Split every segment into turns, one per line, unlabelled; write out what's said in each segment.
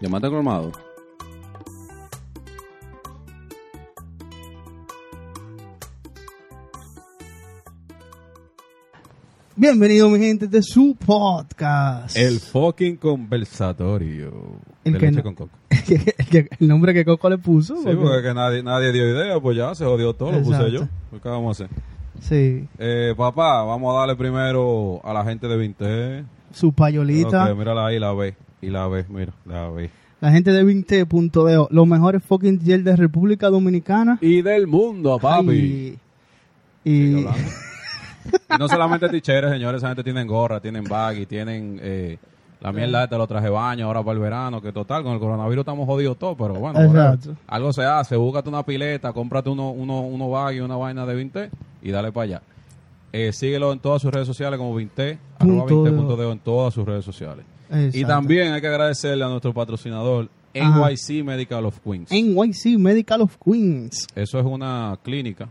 Llamate a Colmado.
Bienvenido, mi gente, de su podcast.
El fucking conversatorio.
El
de
que
leche
no-
con coco.
El que- el que- el nombre que Coco le puso.
Sí,
porque-
porque que nadie, nadie dio idea, pues ya se jodió todo, lo puse
Exacto.
yo. Pues, ¿Qué vamos a hacer?
sí,
Eh, papá, vamos a darle primero a la gente de Vinté.
su payolita.
Ok, mírala ahí, la ve. Y la ve, mira, la ve.
La gente de Vinte.deo, los mejores fucking DJs de República Dominicana.
Y del mundo,
Ay, y-
Y no solamente ticheres, señores, esa gente tienen gorra, tienen baggy, tienen eh, la mierda esta, lo traje baño ahora para el verano, que total, con el coronavirus estamos jodidos todos, pero bueno,
Exacto.
whatever. algo se hace, búscate una pileta, cómprate uno, uno, uno baggy, una vaina de Vinté y dale para allá. Eh, síguelo en todas sus redes sociales como Vinté, arroba
Punto
Vinté
deo.
punto deo en todas sus redes sociales. Y
Exacto.
también hay que agradecerle a nuestro patrocinador,
Ajá.
NYC Medical of Queens.
NYC Medical of Queens.
Eso es una clínica,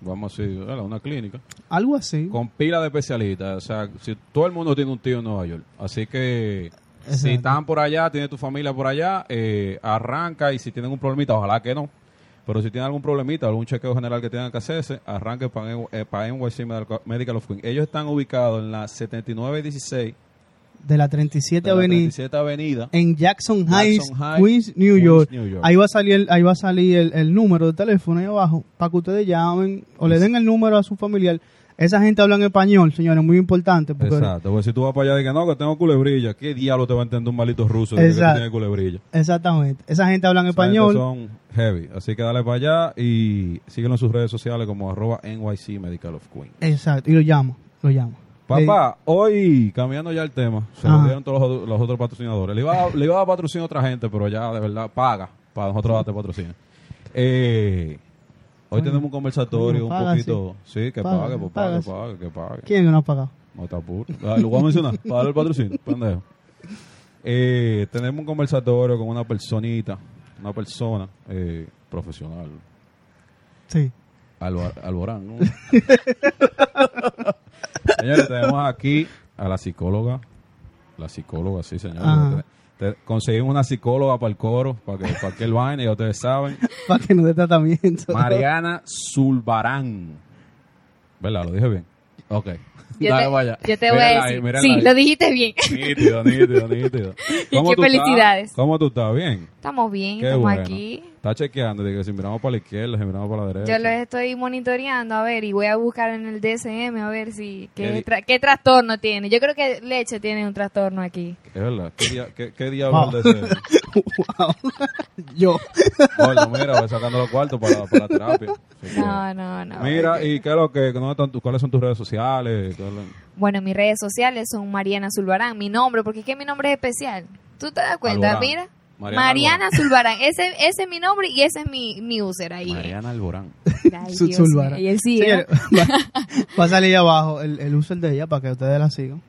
vamos a decir, ¿verdad? una clínica
Algo así.
con pila de especialistas. O sea, si todo el mundo tiene un tío en Nueva York. Así que si
Exacto.
están por allá, tiene tu familia por allá, eh, arranca y si tienen un problemita, ojalá que no. Pero si tienen algún problemita, algún chequeo general que tengan que hacerse, arranque eh, para NYC Medical- Medical of Queens. Ellos están ubicados en la 7916
de la 37
de la
Avenida.
37 Avenida.
En Jackson Heights,
Heights,
Queens, New
Queens,
York.
New York.
Ahí va a salir, el, ahí va a salir el, el número de teléfono ahí abajo para que ustedes llamen o le den el número a su familiar. Esa gente habla en español, señores, muy importante. Porque
Exacto, porque si tú vas para allá y que no, que tengo culebrilla, ¿qué diablo te va a entender un malito ruso de que tú
Exacto.
tienes culebrilla?
Exactamente. Esa gente habla en
Esa gente
español.
Son heavy. Así que dale para allá y síguelo en sus redes sociales como arroba NYC Medical of Queen.
Exacto. Y lo llama, lo llama.
Papá, hoy, cambiando ya el tema, se
Ajá.
nos dieron todos los, los otros patrocinadores. Le iba, a, le iba a dar patrocinio a otra gente, pero ya de verdad paga para nosotros darte patrocinio. Eh, hoy
Coño.
tenemos un conversatorio
Coño,
un
paga,
poquito. Sí, que
Paga,
pague, pues,
paga,
pague,
sí.
pague, que pague.
Le- Eh, ¿Quién que no ha pagado?
No está puro. Ah, Lo voy a mencionar para darle el patrocinio, pendejo. Eh, tenemos un conversatorio con una personita, una persona eh, profesional.
Sí.
Alba- Alborán, ¿no? Señores, tenemos aquí a la psicóloga. La psicóloga, sí,
Ajá.
señor. Conseguimos una psicóloga para el coro, para que para aquel vaina, ya ustedes saben.
Para que nos dé tratamiento.
Mariana Zulbarán. ¿Verdad? ¿Lo dije bien? Ok.
Yo
Dale,
te,
vaya.
yo te voy
Mírenla
a
ahí,
decir.
mírenla
sí,
ahí.
lo dijiste bien.
Nítido, nítido, nítido.
Y qué
tú estás?
felicidades.
¿Cómo tú estás? Bien.
Estamos bien,
Qué
estamos
bueno.
aquí.
Está chequeando, de que si miramos para la izquierda, si miramos para la derecha.
Yo lo estoy monitoreando, a ver, y voy a buscar en el DSM a ver si
¿Qué
qué,
di-
tra- qué trastorno tiene. Yo creo que Leche tiene un trastorno aquí.
Es verdad. ¿Qué, dia- qué, qué diablo
Wow.
es de ese?
wow. Yo.
Bueno, mira, voy sacando los cuartos para, para la terapia. Así que-
No, no, no.
Mira, ¿y qué es lo que, ¿dónde están tus- cuáles son tus redes sociales? ¿Cuál es-
Bueno, mis redes sociales son Mariana Zulbarán, mi nombre, porque es que mi nombre es especial. ¿Tú te das cuenta?
Alborán.
Mira.
Mariana
Mariana, Zulbarán. Ese, ese es mi nombre y ese es mi, mi user ahí.
Mariana Alborán.
Ay,
Su-
Dios
Zulbarán.
mío, Y él sigue, ¿no?
Señores, va, va a salir ahí abajo el, el user de ella para que ustedes la sigan.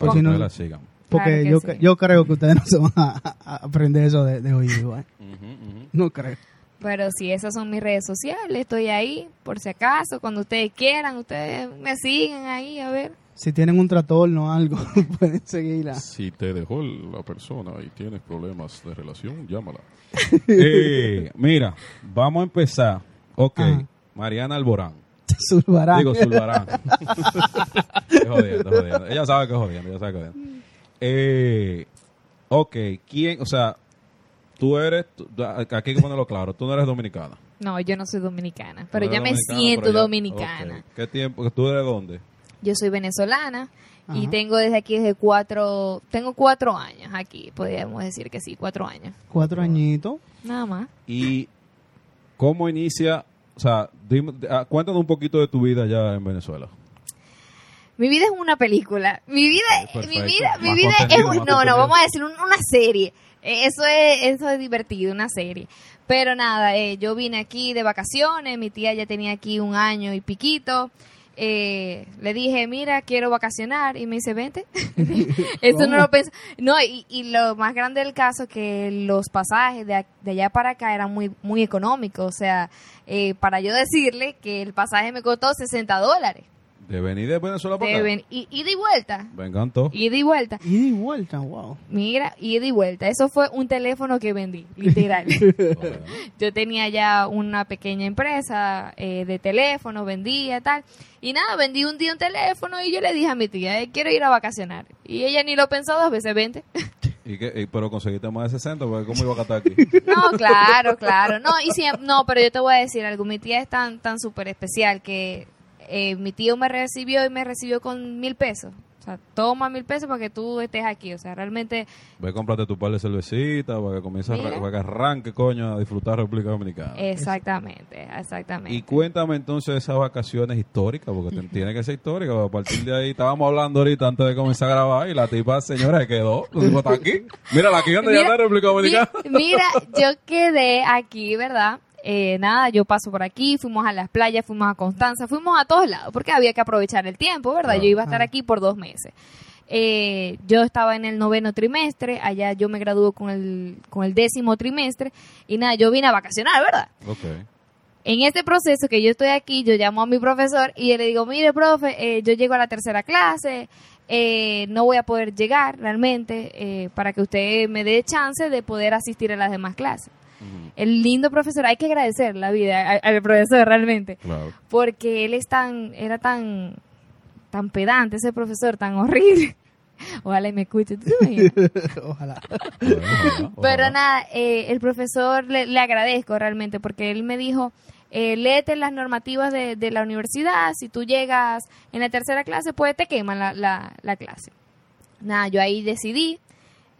Para
si
que
no-
ustedes la sigan.
Porque
Claro que
yo,
sí.
cre- yo creo que ustedes no se van a, a- a aprender eso de, de oído. ¿eh?
Ujú, ujú.
No creo.
Pero sí, esas son mis redes sociales, estoy ahí, por si acaso, cuando ustedes quieran, ustedes me siguen ahí, a ver.
Si tienen un trastorno o algo, pueden seguirla.
Si te dejó la persona y tienes problemas de relación, llámala.
Eh, mira, vamos a empezar. Ok,
Ajá.
Mariana Alborán.
Zulbarán.
Digo, Zulbarán. Estoy jodiendo, estoy jodiendo. Ella sabe que es jodiendo, ella sabe que es jodiendo. Eh, ok, ¿quién? O sea, tú eres, tú- aquí hay que ponerlo claro, tú no eres dominicana.
No, yo no soy dominicana,
Tú
pero
no
ya
eres
me
dominicana,
siento
pero ya-
dominicana.
ok. ¿Qué tiempo? ¿Tú eres de dónde?
Yo soy venezolana y
Ajá.
tengo desde aquí, desde cuatro, tengo cuatro años aquí, podríamos decir que sí, cuatro años,
Cuatro añitos.
nada más.
¿Y cómo inicia? O sea, dime- ah, cuéntanos un poquito de tu vida allá en Venezuela.
Mi vida es una película. Mi vida,
Eh, perfecto.
mi vida, mi
Más
vida es
contenido,
un-
más
no,
contenido.
no, vamos a decir un- una serie. Eh, Eso es, eso es divertido, una serie. Pero nada, eh, yo vine aquí de vacaciones, mi tía ya tenía aquí un año y piquito. Eh, le dije, mira, quiero vacacionar y me dice, vente. Eso no lo pensé. No, y, y lo más grande del caso que los pasajes de, a- de allá para acá eran muy, muy económicos. O sea, eh, para yo decirle que el pasaje me costó 60 dólares.
De venir de Venezuela para acá.
Deben, y, ida y vuelta.
Vengan todos.
Ida y vuelta.
Ida y vuelta, wow.
Mira, ida y vuelta. Eso fue un teléfono que vendí, literal. Yo tenía ya una pequeña empresa eh, de teléfono, vendía tal. Y nada, vendí un día un teléfono y yo le dije a mi tía, eh, quiero ir a vacacionar. Y ella ni lo pensó dos veces, vente.
¿Y qué? Y- pero conseguiste más de 60, porque ¿cómo iba a estar aquí?
No, claro, claro. No, y siem- no, pero yo te voy a decir algo. Mi tía es tan, tan súper especial que eh, mi tío me recibió y me recibió con mil pesos. O sea, toma mil pesos para que tú estés aquí. O sea, realmente
Ve, cómprate tu par de cervecitas para que comience a,
Mira.
arran- para que arranque, coño, a disfrutar República Dominicana.
Exactamente, exactamente.
Ah, Y cuéntame entonces esas vacaciones históricas, porque te- tiene que ser histórica. porque A partir de ahí estábamos hablando ahorita antes de comenzar a grabar y la tipa, señora, se quedó. La tipa está aquí. Mírala aquí, donde ya está República Dominicana.
mi- mira, yo quedé aquí, ¿verdad? Eh, nada, yo paso por aquí, fuimos a las playas, fuimos a Constanza, fuimos a todos lados, porque había que aprovechar el tiempo, ¿verdad? Yo iba a estar aquí por dos meses. Eh, yo estaba en el noveno trimestre, allá yo me gradué con el, con el décimo trimestre, y nada, yo vine a vacacionar, ¿verdad?
Ok.
En este proceso que yo estoy aquí, yo llamo a mi profesor y yo le digo, mire, profe, eh, yo llego a la tercera clase, eh, no voy a poder llegar realmente eh, para que usted me dé chance de poder asistir a las demás clases. El lindo profesor, hay que agradecer la vida a- al profesor realmente,
Claro.
porque él es tan, era tan, tan pedante ese profesor, tan horrible. Ojalá y me escuche. ¿tú te imaginas?
Ojalá.
Bueno, ojalá,
Pero
ojalá.
nada, eh, el profesor le, le agradezco realmente porque él me dijo, eh, léete las normativas de, de la universidad, si tú llegas en la tercera clase, pues te queman la, la, la clase. Nada, yo ahí decidí,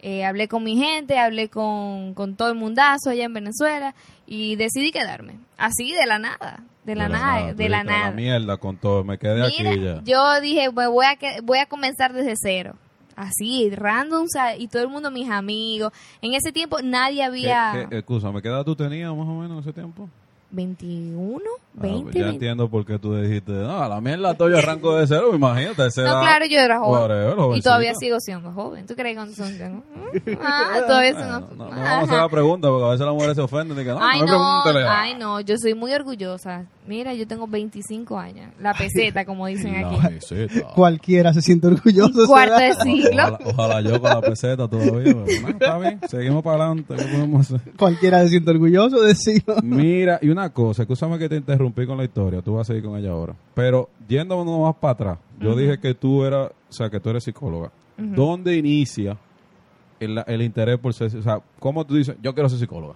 eh, hablé con mi gente, hablé con, con todo el mundazo allá en Venezuela y decidí quedarme. Así de la nada, de la, nada,
tú
de la
dijiste, a
nada.
mierda con todo, me quedé aquí ya.
Mira, yo dije, "Me voy a, que- voy a comenzar desde cero. Así, random, o sea, y todo el mundo, mis amigos. En ese tiempo nadie había...
¿Qué, qué, excúsame, ¿qué edad tú tenías más o menos en ese tiempo?
¿21?
Ah, pues
¿20?
ya
20.
entiendo por qué tú dijiste, no, a la mierda todo yo arranco de cero, imagínate, esa
No,
edad.
claro, yo era joven.
Whatever,
y
jovencita.
todavía sigo siendo joven. ¿Tú crees que son tengo? Ah, todavía son...
Bueno, no, no vamos a hacer la pregunta porque a veces las mujeres se ofenden y que no,
Ay,
no me
no,
pregúntele.
ay, no, yo soy muy orgullosa. Mira, yo tengo 25 años. La peseta, como dicen
La
aquí.
meseta.
Cualquiera se siente orgulloso. de
Cuarto
esa
de
edad.
siglo.
Ojalá, ojalá yo con la peseta todavía. pero bueno, está bien, seguimos para adelante. ¿qué podemos hacer?
Cualquiera se siente orgulloso de sí.
Mira, y una cosa, escúchame que te interrumpí con la historia, tú vas a seguir con ella ahora. Pero yéndonos más para atrás, yo dije que tú eras, o sea, que tú eres psicóloga. ¿Dónde inicia el, el interés por ser, o sea, cómo tú dices, yo quiero ser psicóloga?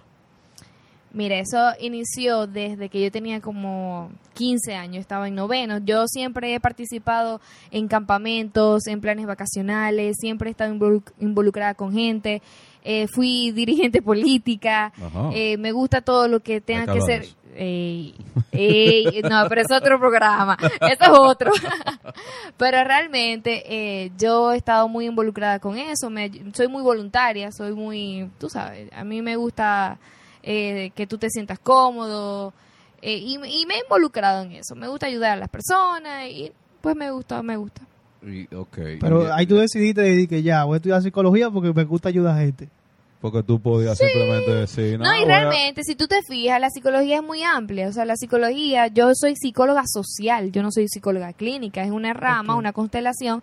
Mira, eso inició desde que yo tenía como 15 años, estaba en noveno. Yo siempre he participado en campamentos, en planes vacacionales, siempre he estado involuc- involucrada con gente. Eh, fui dirigente política.
Ajá.
Eh, me gusta todo lo que tenga que
hablar de
ser.
eso.
Ey, ey, no, pero es otro programa. Eso es otro. pero realmente eh, yo he estado muy involucrada con eso. Me, soy muy voluntaria, soy muy. Tú sabes, a mí me gusta eh, que tú te sientas cómodo. eh, y, y me he involucrado en eso. Me gusta ayudar a las personas y pues me gusta, me gusta.
Y- ok.
Pero ahí tú decidiste decir que ya, voy a estudiar psicología porque me gusta ayudar a gente.
Porque tú podías simplemente decir,
No,
voy
y
a-
realmente, si tú te fijas, la psicología es muy amplia. O sea, la psicología, yo soy psicóloga social, yo no soy psicóloga clínica, es una rama, una constelación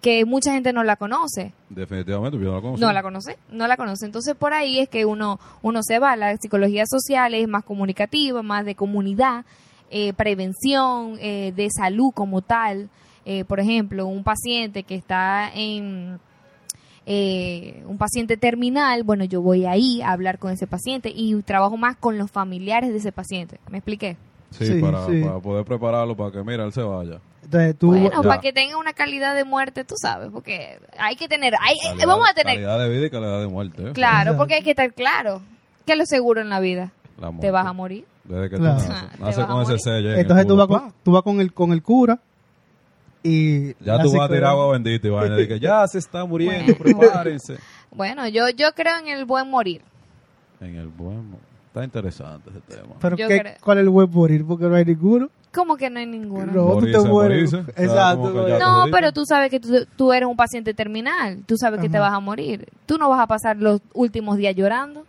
que mucha gente no la conoce.
Definitivamente, yo no la conozco.
No la conoce, no la conoce. Entonces, por ahí es que uno, uno se va. La psicología social es más comunicativa, más de comunidad, eh, prevención, eh, de salud como tal. Eh, por ejemplo, un paciente que está en eh, un paciente terminal, bueno, yo voy ahí a hablar con ese paciente y trabajo más con los familiares de ese paciente. ¿Me expliqué?
Sí,
Sí,
para,
sí.
para poder prepararlo para que, mira, él se vaya.
Entonces tú,
Bueno,
ya.
para que tenga una calidad de muerte, tú sabes, porque hay que tener, hay,
Calidad-
Eh, vamos a tener,
Calidad de vida y calidad de muerte. ¿eh?
Claro,
Exacto.
porque hay que estar claro que lo seguro en la vida.
La muerte.
Te vas a morir.
Desde que
Claro.
tú
Ah,
naces.
te
Naces
vas a
con ese
morir.
sello. ahí en
entonces
el
tú vas,
culo.
con, tú vas con el, con el cura y...
Ya
la
tú vas a tirar
psicóloga-
agua bendita y vaina. Dije, ya se está muriendo,
Bueno.
prepárense.
Bueno, yo, yo creo en el buen morir.
En el buen. mo- Está interesante ese tema.
Pero
Yo
qué,
creo-
¿cuál es el buen morir? Porque no hay ninguno.
Como que no hay ninguno.
No,
No,
tú te
Morirse,
mueres.
morirse. Claro,
Exacto.
como que ya-
güey.
te moriste.
pero tú sabes que tú, tú eres un paciente terminal. Tú sabes que te
Ajá.
vas a morir. Tú no vas a pasar los últimos días llorando.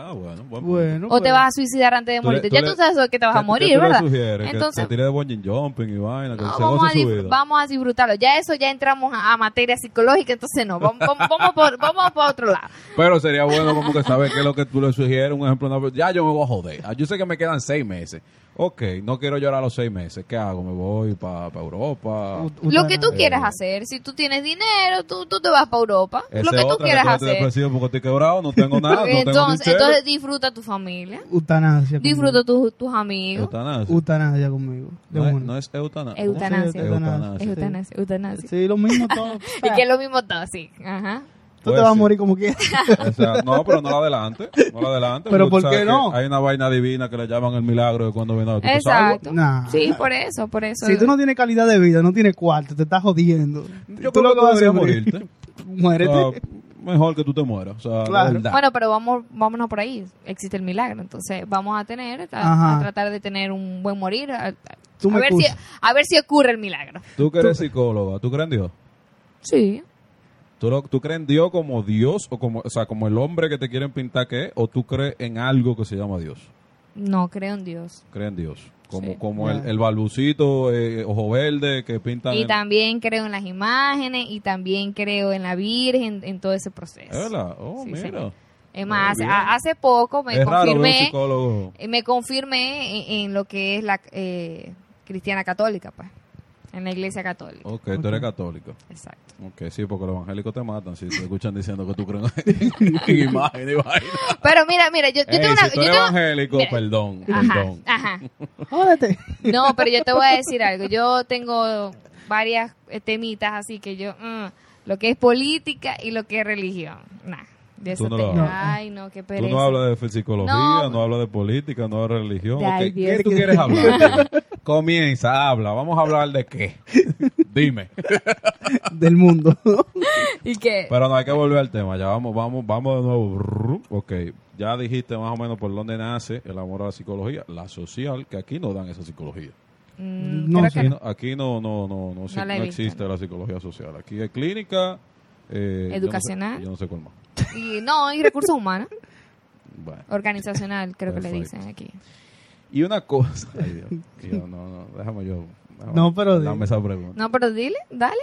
Ah, bueno. buen punto.
Bueno, pues,
O te
pero-
vas a suicidar antes de
Tú le-
morirte.
tú
Ya
le-
tú sabes que te vas a
¿Qué-
morir,
qué tú le
¿verdad?
sugieres? Que-
Entonces-
que tire de bungee jumping y vaina, que
No,
se
vamos, a
goce su
dif-
vida.
vamos a disfrutarlo. Ya eso ya entramos a, a materia psicológica, entonces no. Vamos, vamos, vamos por, vamos por otro lado.
Pero sería bueno como que saber qué es lo que tú le sugieres. Un ejemplo, una- ya yo me voy a joder. Ah, Yo sé que me quedan seis meses. Ok, no quiero llorar los seis meses. ¿Qué hago? ¿Me voy para Europa?
U- u-
Lo que tú
eh,
quieras hacer. Si tú tienes dinero, tú, tú te vas para Europa.
Ese
lo que tú
otra,
quieras
estoy
hacer.
depresivo porque estoy quebrado, no tengo nada, no tengo
entonces,
ni
entonces disfruta tu familia.
Eutanasia. conmigo.
Disfruta tu- tus
chero.
amigos.
Eutanasia.
Eutanasia conmigo. de
No es,
una.
no es eutanasia.
Eutanasia.
Sí,
Eutanasia.
sí.
Eutanasia, eutanasia.
Sí, lo mismo todo.
Y que es lo mismo todo, sí. Ajá.
Tú
Pues
te vas a
sí.
morir como quieras.
O sea, no, pero no la adelante. No la adelante. porque
Pero ¿por
tú sabes
qué
que
no?
Hay una vaina divina que le llaman el milagro de cuando viene a tu
Exacto.
Nah.
Sí, por eso, por eso.
Si tú no tienes calidad de vida, no tienes cuarto, te estás jodiendo.
Yo
tú
creo
lo
que
vas a hacer
deberías
es
morirte.
Muérete.
O sea, mejor que tú te mueras. O sea, la
Claro.
verdad.
Bueno, pero vamos, vámonos por ahí. Existe el milagro. Entonces, vamos a tener, a,
Ajá.
a tratar de tener un buen morir. A, a-
Tú
a
me
ver si,
excusas.
a ver si ocurre el milagro.
Tú que eres psicóloga, ¿tú crees en Dios?
Sí.
¿Tú, lo- ¿Tú crees en Dios como Dios o como, o sea, como el hombre que te quieren pintar que es? ¿O tú crees en algo que se llama Dios?
No creo en Dios.
¿Crees en Dios? Como,
Sí.
como el,
Bueno.
el balbucito, eh, ojo verde, que pintan...
Y
en-
también creo en las imágenes y también creo en la Virgen, en todo ese proceso.
¿Es verdad? Oh,
Sí,
mira.
señor. Es más,
Muy
hace,
bien.
a- hace poco me
es raro ver un
confirmé,
psicólogo.
eh, me confirmé en, en lo que es la eh, cristiana católica, pues, en la iglesia católica.
Ok, tú eres católico.
Exacto.
Ok, sí, porque los evangélicos te matan si te escuchan diciendo que tú crees en, en imagen y vaina.
Pero mira, mira, yo, yo
Ey,
tengo una,
si tú
yo
eres
tengo-
evangélico,
mira.
perdón,
Ajá,
perdón.
ajá.
Jódete.
No, pero yo te voy a decir algo. Yo tengo varias eh, temitas, así que yo, mm, lo que es política y lo que es religión. Nah, de
Tú
eso
no
tengo.
lo hablas.
Ay, no, qué pereza.
Tú no hablas de psicología, no,
No.
hablas de política, no hablas de religión.
Ay,
Ok,
Dios,
¿Qué tú
qué-
quieres hablar? Comienza, habla. Vamos a hablar de qué. Dime.
Del mundo.
¿Y qué?
Pero no hay que volver al tema. Ya vamos, vamos, vamos de nuevo. Rrr, Ok, ya dijiste más o menos por dónde nace el amor a la psicología, la social, que aquí no dan esa psicología.
Mm,
No
creo
sé,
que
Aquí no, aquí no, no, no, no, sí-
No la he
no
visto,
existe
¿no?
la psicología social. Aquí es clínica. eh, yo no sé-
Educacional.
Yo no sé, cuál más.
Y no, y recursos humanos,
Bueno.
organizacional, creo que le
Perfecto.
dicen aquí.
Y una cosa. Ay, Dios. Yo, no, no, déjame yo. déjame-
No, pero di-
Dame esa pregunta.
No, pero dile, dale.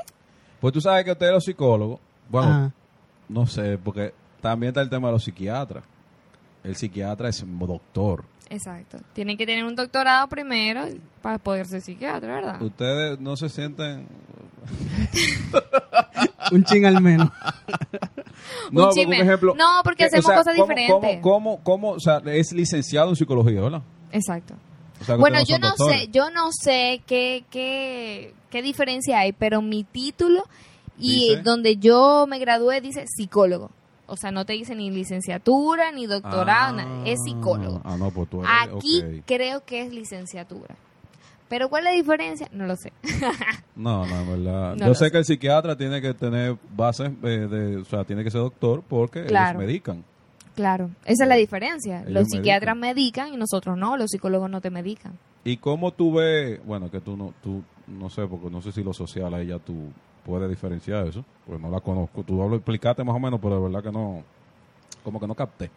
Pues tú sabes que ustedes los psicólogos, bueno,
Ajá.
no sé, porque también está el tema de los psiquiatras. El psiquiatra es doctor.
Exacto. Tienen que tener un doctorado primero para poder ser psiquiatra, ¿verdad?
Ustedes no se sienten...
Un ching al menos.
No, porque
chisme.
un ejemplo...
No, porque
que,
hacemos
o sea,
cosas
¿cómo-
diferentes.
¿cómo, cómo, cómo, o sea, es licenciado en psicología, ¿verdad?
Exacto.
O sea, que
Bueno, yo
ustedes
no
son doctores.
sé, yo no sé qué, qué, qué diferencia hay, pero mi título y
Dice.
donde yo me gradué dice psicólogo. O sea, no te dice ni licenciatura, ni doctorado, nada, es psicólogo.
Ah, no, pues tú eres...
Aquí
ok.
creo que es licenciatura. Pero ¿cuál es la diferencia? No lo sé.
No, no, en verdad.
No
yo
lo
sé
sé.
que el psiquiatra tiene que tener bases eh, de... O sea, tiene que ser doctor porque
Claro.
ellos medican.
Claro, esa es la diferencia.
Ellos
los psiquiatras medican. y nosotros no, los psicólogos no te medican.
¿Y cómo tú ves, bueno, que tú no, tú, no sé, porque no sé si lo social ahí ya tú puedes diferenciar eso, pues no la conozco, tú lo explicaste más o menos, pero de verdad que no, como que no capté.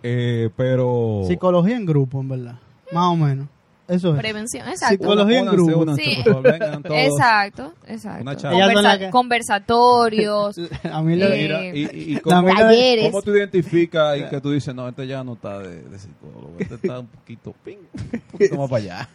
Eh, pero...
Psicología en grupo, en verdad. Más o menos.
Pues,
Eso es.
Prevención, exacto.
Psicolo- Psicología en
Únanse,
grupo.
únanse,
Sí.
por favor, vengan todos.
Exacto, exacto.
Una charla.
Ellas son
Conversa-
las que-
Conversatorios.
A mí
Mira,
le
Eh,
mira, y, y- y cómo,
También-
Talleres.
cómo tú identificas y que tú dices, no, este ya no está de, de psicólogo, este está un poquito, ping, un poquito más para allá.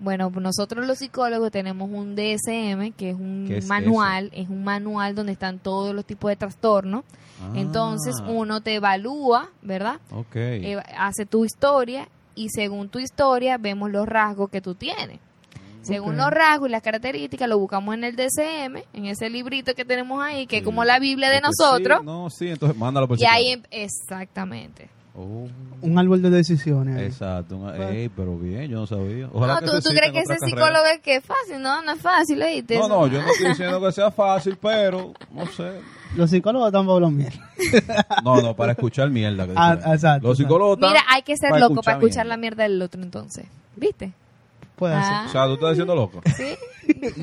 Bueno, nosotros los psicólogos tenemos un DSM, que es un
¿Qué es
manual, es un manual donde están todos los tipos de trastornos. Entonces
Ah,
uno te evalúa, ¿verdad?
Ok.
Eh, hace tu historia y según tu historia vemos los rasgos que tú tienes. Según
Ok.
los rasgos y las características, lo buscamos en el DSM, en ese librito que tenemos ahí, que es
Sí.
como la Biblia de
Entonces,
nosotros.
sí, no, sí, entonces mándalo por
y ahí,
psicólogo.
em- exactamente.
Oh.
un árbol de decisiones. ahí.
Exacto. una-
Bueno.
Ey, pero bien, yo no sabía. Ojalá
No,
que
¿tú,
eso
tú
exista
crees
en
que
otras
ser
carreras.
psicólogo es que es fácil, ¿no? No es fácil, ¿eh? ¿oíste?
No,
Eso
no, yo no estoy diciendo que sea fácil, pero no sé.
Los psicólogos tampoco lo mierda.
No, no, para escuchar mierda. que
Ah,
dicen.
exacto,
Los psicólogos están
Mira, hay que ser
para
loco para escuchar la
mierda.
mierda del otro entonces. ¿Viste?
Puede
Ah.
O sea, tú estás diciendo loco.
Sí.
ser.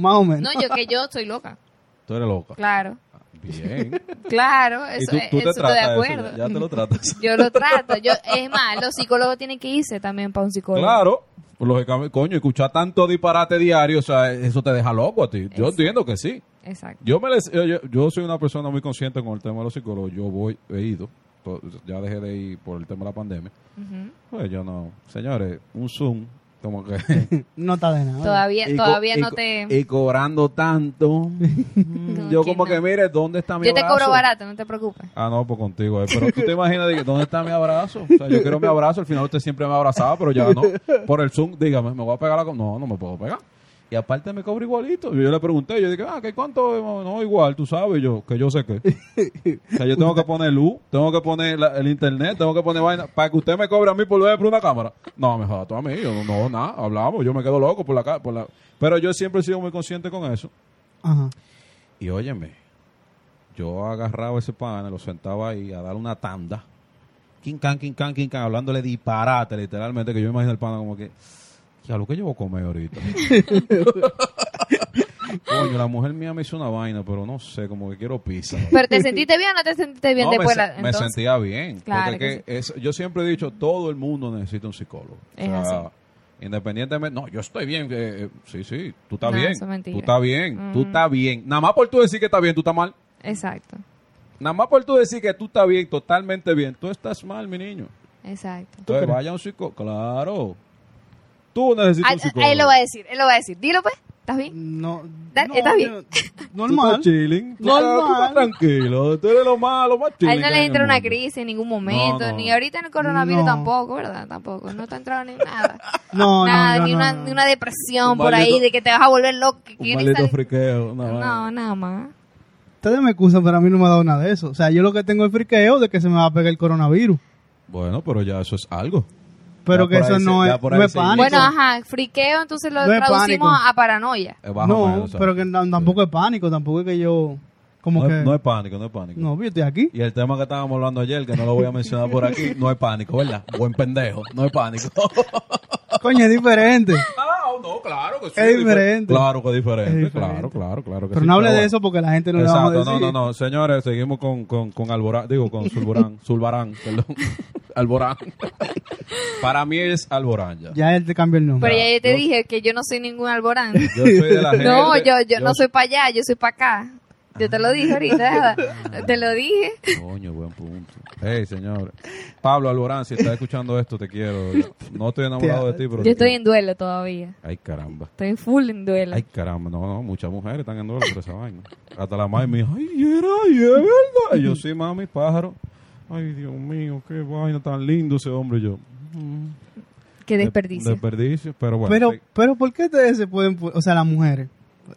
Más o menos.
No, yo que yo soy loca.
Tú eres loca.
Claro.
Bien.
Claro,
y
eso,
tú,
es-
tú te
eso estoy de
tratas eso,
acuerdo.
ya, ya te lo tratas.
Yo lo trato. Yo, es más, los psicólogos tienen que irse también para un psicólogo.
Claro, pues, lógicamente, coño, escuchar tanto disparate diario, o sea, eso te deja loco a ti. Yo
Exacto.
entiendo que sí.
Exacto.
Yo, me les- yo, yo- yo soy una persona muy consciente con el tema de los psicólogos. Yo voy, he ido, to- ya dejé de ir por el tema de la pandemia.
Ujú.
Pues yo no, señores, un Zoom, como que...
No está de nada.
Todavía,
Ah, y co-
todavía
y
no
co-
te...
Y cobrando tanto.
No,
yo
que
como
no.
que, mire, ¿dónde está mi
Yo te
abrazo?
cobro barato, no te preocupes.
Ah, no, pues contigo. eh. Pero tú te imaginas, de que, ¿dónde está mi abrazo? O sea, yo quiero mi abrazo. Al final usted siempre me abrazaba, pero ya no. Por el Zoom, dígame, ¿me voy a pegar la... co- No, no me puedo pegar. Y aparte me cobro igualito. Y Yo le pregunté, yo dije, ah, ¿qué cuánto? No, igual, tú sabes yo, que yo sé que. O sea, yo tengo que poner luz, tengo que poner la- el internet, tengo que poner vaina. Para que usted me cobre a mí por ver por una cámara. No, me jodas tú a mí. Yo, no, no, nada, hablamos. Yo me quedo loco por la, ca- por la... Pero yo siempre he sido muy consciente con eso.
Ajá.
Y óyeme, yo agarraba ese pana, lo sentaba ahí a dar una tanda. Quin can, quin can, quin can, hablándole disparate, literalmente, que yo me imagino el pana como que, ¿qué a lo que yo voy a comer ahorita? Coño, la mujer mía me hizo una vaina, pero no sé, como que quiero pizza.
Pero te sentiste bien o no te sentiste bien
No, me,
después.
se-
de la-
me
entonces?
sentía bien.
Claro
porque
que
que es- yo siempre he dicho, todo el mundo necesita un psicólogo.
Es así.
Independientemente, no, yo estoy bien. eh, eh, sí, sí, tú estás
No,
bien.
eso es mentira.
Tú estás bien, tú
Mm.
estás bien. Nada más por tú decir que estás bien, tú estás mal.
Exacto,
Nada más por tú decir que tú estás bien, totalmente bien. Tú estás mal, mi niño.
exacto.
Entonces vaya a un psicólogo. Claro. Tú necesitas
Ahí
un psicólogo.
Ah, él lo va a decir, él lo va a decir. Dilo pues, ¿estás bien?
No,
Da-
no,
está bien.
yo-
Tú
normal.
estás chilling. Tú
Normal.
estás- tú estás tranquilo. Tú eres lo más, lo más
A
chilling.
él no
que
le
hay en
entra
el
una
mundo.
crisis en ningún momento,
No, no.
ni ahorita en el coronavirus
No.
tampoco, ¿verdad? Tampoco, no te ha entrado ni nada.
No, no,
nada,
no,
ni,
no,
una,
no.
ni una depresión
Un
por ahí
maldito-
de que te vas a volver loco. que
Un
quieres
maldito
salir-
friqueo. una
No,
vaina.
nada más.
Ustedes me excusan, pero a mí no me ha dado nada de eso. O sea, yo lo que tengo es friqueo de que se me va a pegar el coronavirus.
Bueno, pero ya eso es algo.
Pero
Ya
que
por
eso
ahí se-
no
ya
es,
por
no
ahí
es
se hizo.
pánico.
Bueno, ajá, friqueo, entonces lo
No es
traducimos
pánico.
a paranoia.
Es bajo
no,
menos, ¿sabes?
pero que tam- tampoco es pánico, tampoco es que yo... Como
No
que...
es- no es pánico, no es pánico.
no, yo estoy aquí.
Y el tema que estábamos hablando ayer, que no lo voy a mencionar por aquí, no es pánico, ¿verdad? Buen pendejo, no es pánico.
Coño, es diferente.
Ah, no, claro que sí.
Es diferente.
Claro que es diferente.
Es diferente.
Claro, claro, claro que
Pero
sí,
no hable de
bueno.
eso porque la gente no
Exacto,
le vamos a
no,
decir.
no, no. Señores, seguimos con, con, con Alborán, digo, con Zulborán, Zulbarán, perdón. Alborán. Para mí es Alborán ya.
Ya él te cambió el nombre.
Pero ya yo te
yo-
dije que yo no soy ningún alborán.
Yo soy de la gente.
No, yo, yo no soy para allá, yo soy para acá. Yo te lo dije ahorita, te lo dije.
Coño, buen punto. Hey, señor. Pablo Alborán, si estás escuchando esto, te quiero. No estoy enamorado de ti, pero.
Yo estoy en duelo todavía.
Ay, caramba.
Estoy full en duelo.
Ay, caramba, no, no, muchas mujeres están en duelo por esa vaina. Hasta la madre me dijo, ay, era, y es verdad. Y yo, sí, mami, pájaro. Ay, Dios mío, qué vaina tan lindo ese hombre. Y yo, "Mm,
Qué
de-
desperdicio.
Desperdicio, pero bueno.
pero,
sí.
pero ¿por qué ustedes se pueden, pu- o sea, las mujeres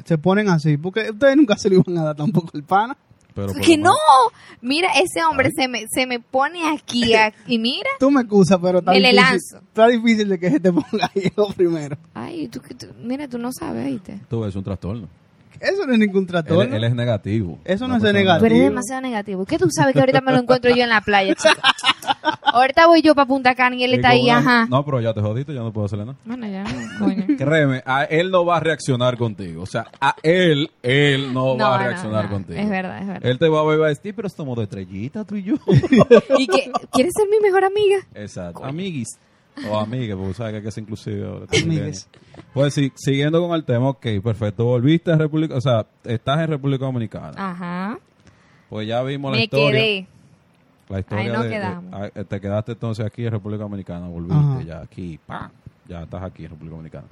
se ponen así? Porque ustedes nunca se le iban a dar tampoco el pana.
Pero por
que
lo
no.
menos-
Mira, ese hombre se me, se me pone aquí, a- y mira.
Tú me excusas, pero está
Me le
difícil.
lanzo.
Está difícil de que se te ponga ahí lo primero.
Ay, tú, que tú- mira, tú no sabes, ¿viste?
Tú ves un trastorno.
Eso no es ningún
Él,
trastorno.
él es negativo.
Eso
Una
no es
persona
negativo.
Pero es demasiado negativo. ¿Qué tú sabes que ahorita me lo encuentro yo en la playa, chico? Ahorita voy yo para Punta Cana y él está
Y
ahí,
con una-
ajá.
No, pero ya te jodiste, ya no puedo hacerle nada.
Bueno, ya no, coño.
Créeme, a él no va a reaccionar contigo. O sea, a él, él no,
No,
va a
no,
reaccionar
no.
contigo.
Es verdad, es verdad.
Él te va a ver y va a decir, pero estamos de estrellita, tú y yo.
¿Y que ¿Quieres ser mi mejor amiga?
Exacto. Amiguis. O amigues, porque sabes que hay que ser inclusive ahora.
Amigues.
Pues sí, siguiendo con el tema, ok, perfecto. Volviste a República, o sea, estás en República Dominicana.
Ajá.
Pues ya vimos la
Ah. Me
historia.
quedé.
La historia
Ahí nos
de- de-
quedamos.
ah, eh, te quedaste entonces aquí en República Dominicana, volviste
Ajá.
ya aquí, ¡pam! ya estás aquí en República Dominicana.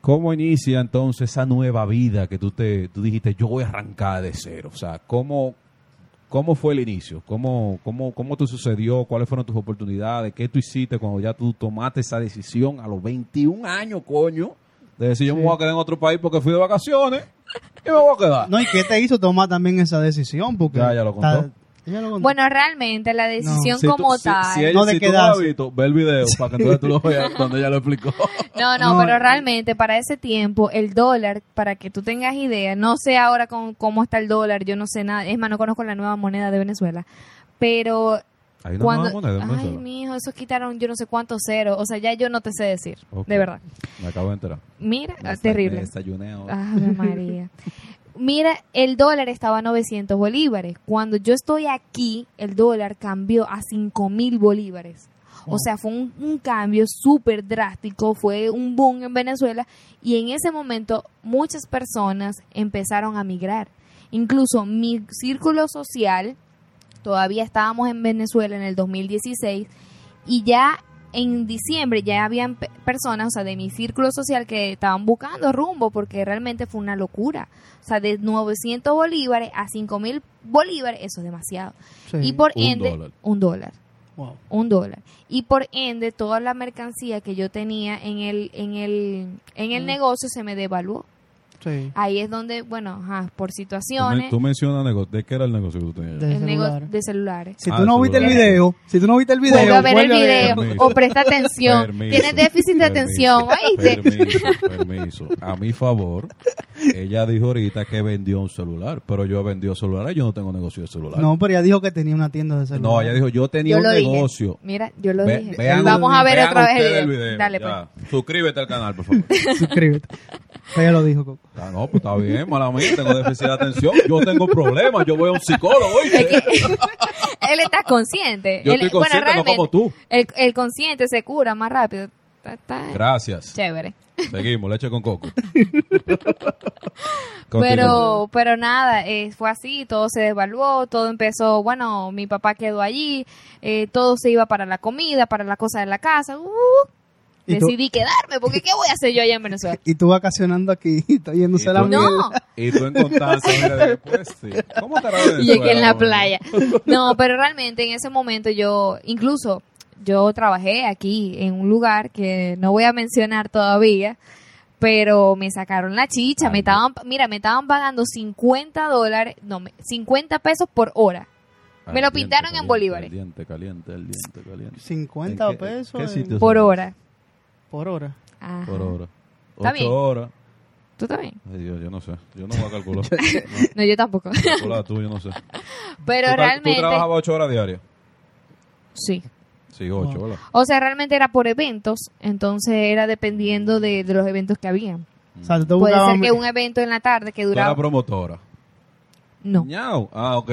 ¿Cómo inicia entonces esa nueva vida que tú te tú dijiste, yo voy a arrancar de cero? O sea, ¿cómo, cómo fue el inicio? ¿Cómo, cómo, ¿Cómo te sucedió? ¿Cuáles fueron tus oportunidades? ¿Qué tú hiciste cuando ya tú tomaste esa decisión a los 21 años, coño? De decir, yo me
Sí.
voy a quedar en otro país porque fui de vacaciones y me voy a quedar.
No, ¿y qué te hizo tomar también esa decisión? Porque
Ya, ya lo contó.
está- ella lo contó.
Bueno, realmente la decisión
Si tú-
como
si-
tal.
Si, ella-
No de
si tú no
quedarse.
lo has visto, ve el video para que entonces tú lo veas cuando ella lo explicó.
No, no,
No,
pero
eh.
realmente para ese tiempo el dólar, para que tú tengas idea, no sé ahora con, cómo está el dólar, yo no sé nada, es más, no conozco la nueva moneda de Venezuela, pero
Ahí
cuando... Ay, mijo, esos quitaron yo no sé cuántos ceros, o sea, ya yo no te sé decir,
Ok.
de verdad.
Me acabo de enterar.
Mira,
Me desta-
eh,
me
Ah, terrible. Ah,
desayuné ahora.
Ave María. Mira, el dólar estaba a 900 bolívares. Cuando yo estoy aquí, el dólar cambió a 5 mil bolívares. O sea, fue un, un cambio súper drástico, fue un boom en Venezuela y en ese momento muchas personas empezaron a migrar. Incluso mi círculo social, todavía estábamos en Venezuela en el 2016 y ya en diciembre ya habían pe- personas, o sea, de mi círculo social que estaban buscando rumbo porque realmente fue una locura. O sea, de 900 bolívares a 5 mil bolívares, eso es demasiado.
Sí.
Y por
Un
ende,
dólar.
un dólar
Wow.
un dólar y por ende toda la mercancía que yo tenía en el en el en
Mm.
el negocio se me devaluó
Sí.
ahí es donde bueno ajá, por
Tú, me-
situaciones
tú mencionas negocio. ¿De qué era el negocio que tú tenías?
De-
el nego-
celular.
de celulares
Si
Ah,
tú no
el
viste el
celular.
video, si tú no viste el video,
vuelve a ver el
vuelve a
video
Permiso.
o presta atención
Permiso.
tienes déficit de atención oíste
Permiso, permiso. A mi favor, ella dijo ahorita que vendió un celular, pero yo vendí un celular y yo no tengo negocio de celular.
No, pero ella dijo que tenía una tienda de celular.
No, ella dijo, yo tenía
yo
un
lo
negocio.
dije mira yo lo
Ve-
dije
vean-
vamos a ver
vean
otra vez
ustedes
el video, dale pues
Ya. Suscríbete al canal, por favor.
Suscríbete. ella lo dijo, Coco.
Ah, no, pues está bien, mala mía, tengo déficit de atención, yo tengo problemas, yo voy a un psicólogo, oye.
pues. él está consciente
Yo
Él-
estoy consciente,
eh, bueno,
no
realmente,
como tú.
el, el consciente se cura más rápido Está- está
Gracias.
chévere
Seguimos, leche con coco.
Pero, pero nada, eh, fue así, todo se devaluó, todo empezó, bueno, mi papá quedó allí, eh, todo se iba para la comida, para la cosa de la casa. uh,
¿Y tú?
decidí quedarme, porque ¿qué voy a hacer yo allá en Venezuela?
Y tú vacacionando aquí, y está yéndose a la
Y tú-
miel.
No,
Y tú en constancia, mira, después, sí. ¿Cómo estará
y aquí en la
Venezuela,
playa. No, pero realmente en ese momento yo, incluso yo trabajé aquí en un lugar que no voy a mencionar todavía, pero me sacaron la chicha, me
Ay, no.
estaban, mira, me estaban pagando 50 dólares, no, me- 50 pesos por hora. Me lo
Al diente
pintaron en
caliente,
bolívares.
al diente caliente, al diente caliente.
50
¿En qué-
pesos
qué
en-
sitio?
por hora.
por hora.
Ajá.
Por hora.
Está
Ocho
bien.
horas.
¿Tú también?
Ay, Dios, yo no sé. Yo no voy a calcular.
No, yo tampoco.
Calcula tú, yo no sé.
Pero
¿Tú, cal- ¿Tú
realmente...
trabajabas ocho horas diarias?
Sí.
Sí, ocho horas.
O sea, realmente era por eventos, entonces era dependiendo de, de los eventos que habían.
O sea, tú te
Puede
buscabas
ser que
mi-
un evento en la tarde que
Tú eras
duraba...
promotora.
No,
Ñau. Ah, ok.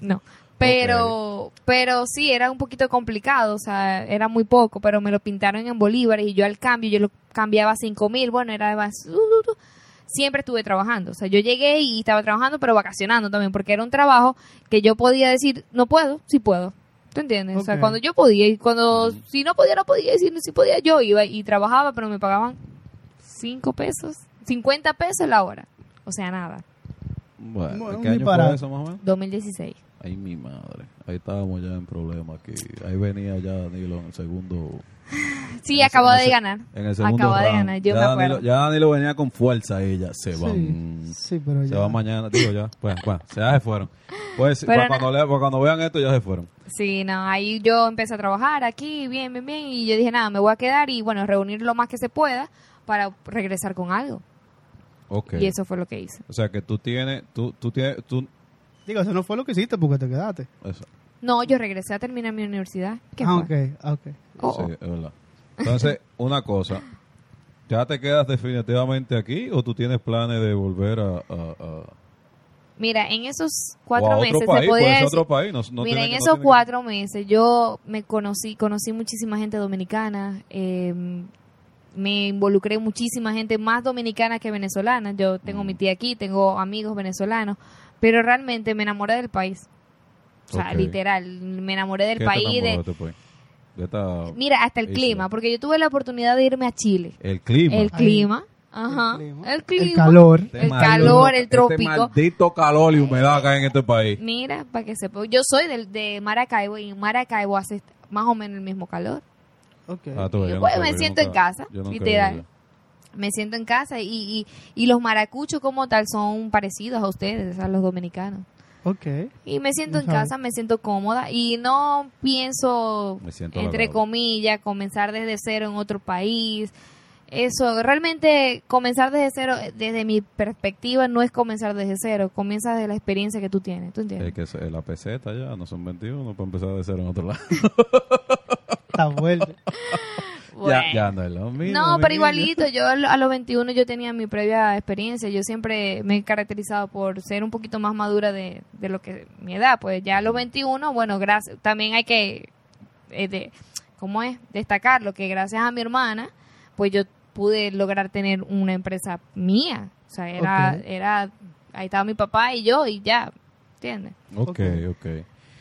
no. Pero, pero sí, era un poquito complicado, o sea, era muy poco, pero me lo pintaron en bolívares y yo al cambio, yo lo cambiaba a cinco mil, bueno, era más... uh, Siempre estuve trabajando, o sea, yo llegué y estaba trabajando, pero vacacionando también, porque era un trabajo que yo podía decir, no puedo, sí puedo. ¿Tú entiendes? O sea,
Ok.
cuando yo podía y cuando, si no podía, no podía, y si no si podía, yo iba y trabajaba, pero me pagaban cinco pesos, 50 pesos la hora. O sea, nada,
Bueno,
Bueno,
¿qué
ni
año
para-
fue eso más o menos?
2016.
Ay, mi madre. Ahí estábamos ya en problemas aquí. Ahí venía ya Danilo en el segundo...
Sí,
en el-
acababa
en el
de
se-
ganar.
En el segundo
Acaba de
round.
ganar,
ya
yo me
Danilo-
acuerdo.
ya Danilo venía con fuerza ella. Se van...
Sí, sí, pero
Se
ya.
van mañana, digo ya. Bueno, bueno, se- ya se fueron. Pues
Pero
para cuando, le- para cuando vean esto ya se fueron.
Sí, no, ahí yo empecé a trabajar aquí, bien, bien, bien, y yo dije, nada, me voy a quedar y bueno, reunir lo más que se pueda para regresar con algo.
Ok.
Y eso fue lo que hice.
O sea que tú tienes, tú, tú tienes, tú...
Digo, eso no fue lo que hiciste porque te quedaste.
eso,
No, yo regresé a terminar mi universidad. ¿Qué
Ah,
fue?
ok, ah, ok.
Oh, oh.
sí, es verdad. Entonces, una cosa, ¿ya te quedas definitivamente aquí o tú tienes planes de volver a... a- a-
Mira, en esos
o a
cuatro
otro
meses
país,
se podía
puede ser
decir-
otro país. No, no
Mira,
tiene
en
que- no
esos
tiene que-
cuatro meses yo me conocí, conocí muchísima gente dominicana, eh, me involucré muchísima gente más dominicana que venezolana. Yo tengo
Mm.
mi tía aquí, tengo amigos venezolanos, pero realmente me enamoré del país. O sea,
Ok.
literal, me enamoré del
¿Qué te
país.
enamoró
De,
de este país? De esta-
mira, hasta el
Isla.
clima, porque yo tuve la oportunidad de irme a Chile.
el clima.
El
Ay.
clima, ajá,
clima.
el clima.
El calor.
Este
el
maldito-
calor, el
Este
trópico.
maldito calor y humedad acá en este país.
Mira, para que sepa, yo soy del- de Maracaibo y en Maracaibo hace más o menos el mismo calor.
Ok.
Ah, tú ves,
Yo,
yo
pues,
nunca-
me
yo
siento en
nunca-
casa,
yo nunca
literal.
he ido
me siento en casa y, y, y los maracuchos como tal son parecidos a ustedes, a los dominicanos.
Ok.
Y me siento en
Ajá.
casa, me siento cómoda y no pienso,
Me siento
entre
halagado.
comillas, comenzar desde cero en otro país. Eso, realmente comenzar desde cero, desde mi perspectiva, no es comenzar desde cero, comienza desde la experiencia que tú tienes, ¿tú
allá.
entiendes?
Es que es- la peseta ya, no son 21, para empezar de cero en otro lado.
Está fuerte.
Bueno.
Ya, ya no es lo mismo.
No,
mi niña.
pero igualito, yo a lo- a los 21 yo tenía mi previa experiencia, yo siempre me he caracterizado por ser un poquito más madura de, de lo que mi edad, pues ya a los 21, bueno, gracias, también hay que, eh, de- ¿cómo es? Destacarlo, que gracias a mi hermana, pues yo pude lograr tener una empresa mía, o sea, era,
Ok.
era, ahí estaba mi papá y yo y ya, ¿entiendes?
Ok, ok.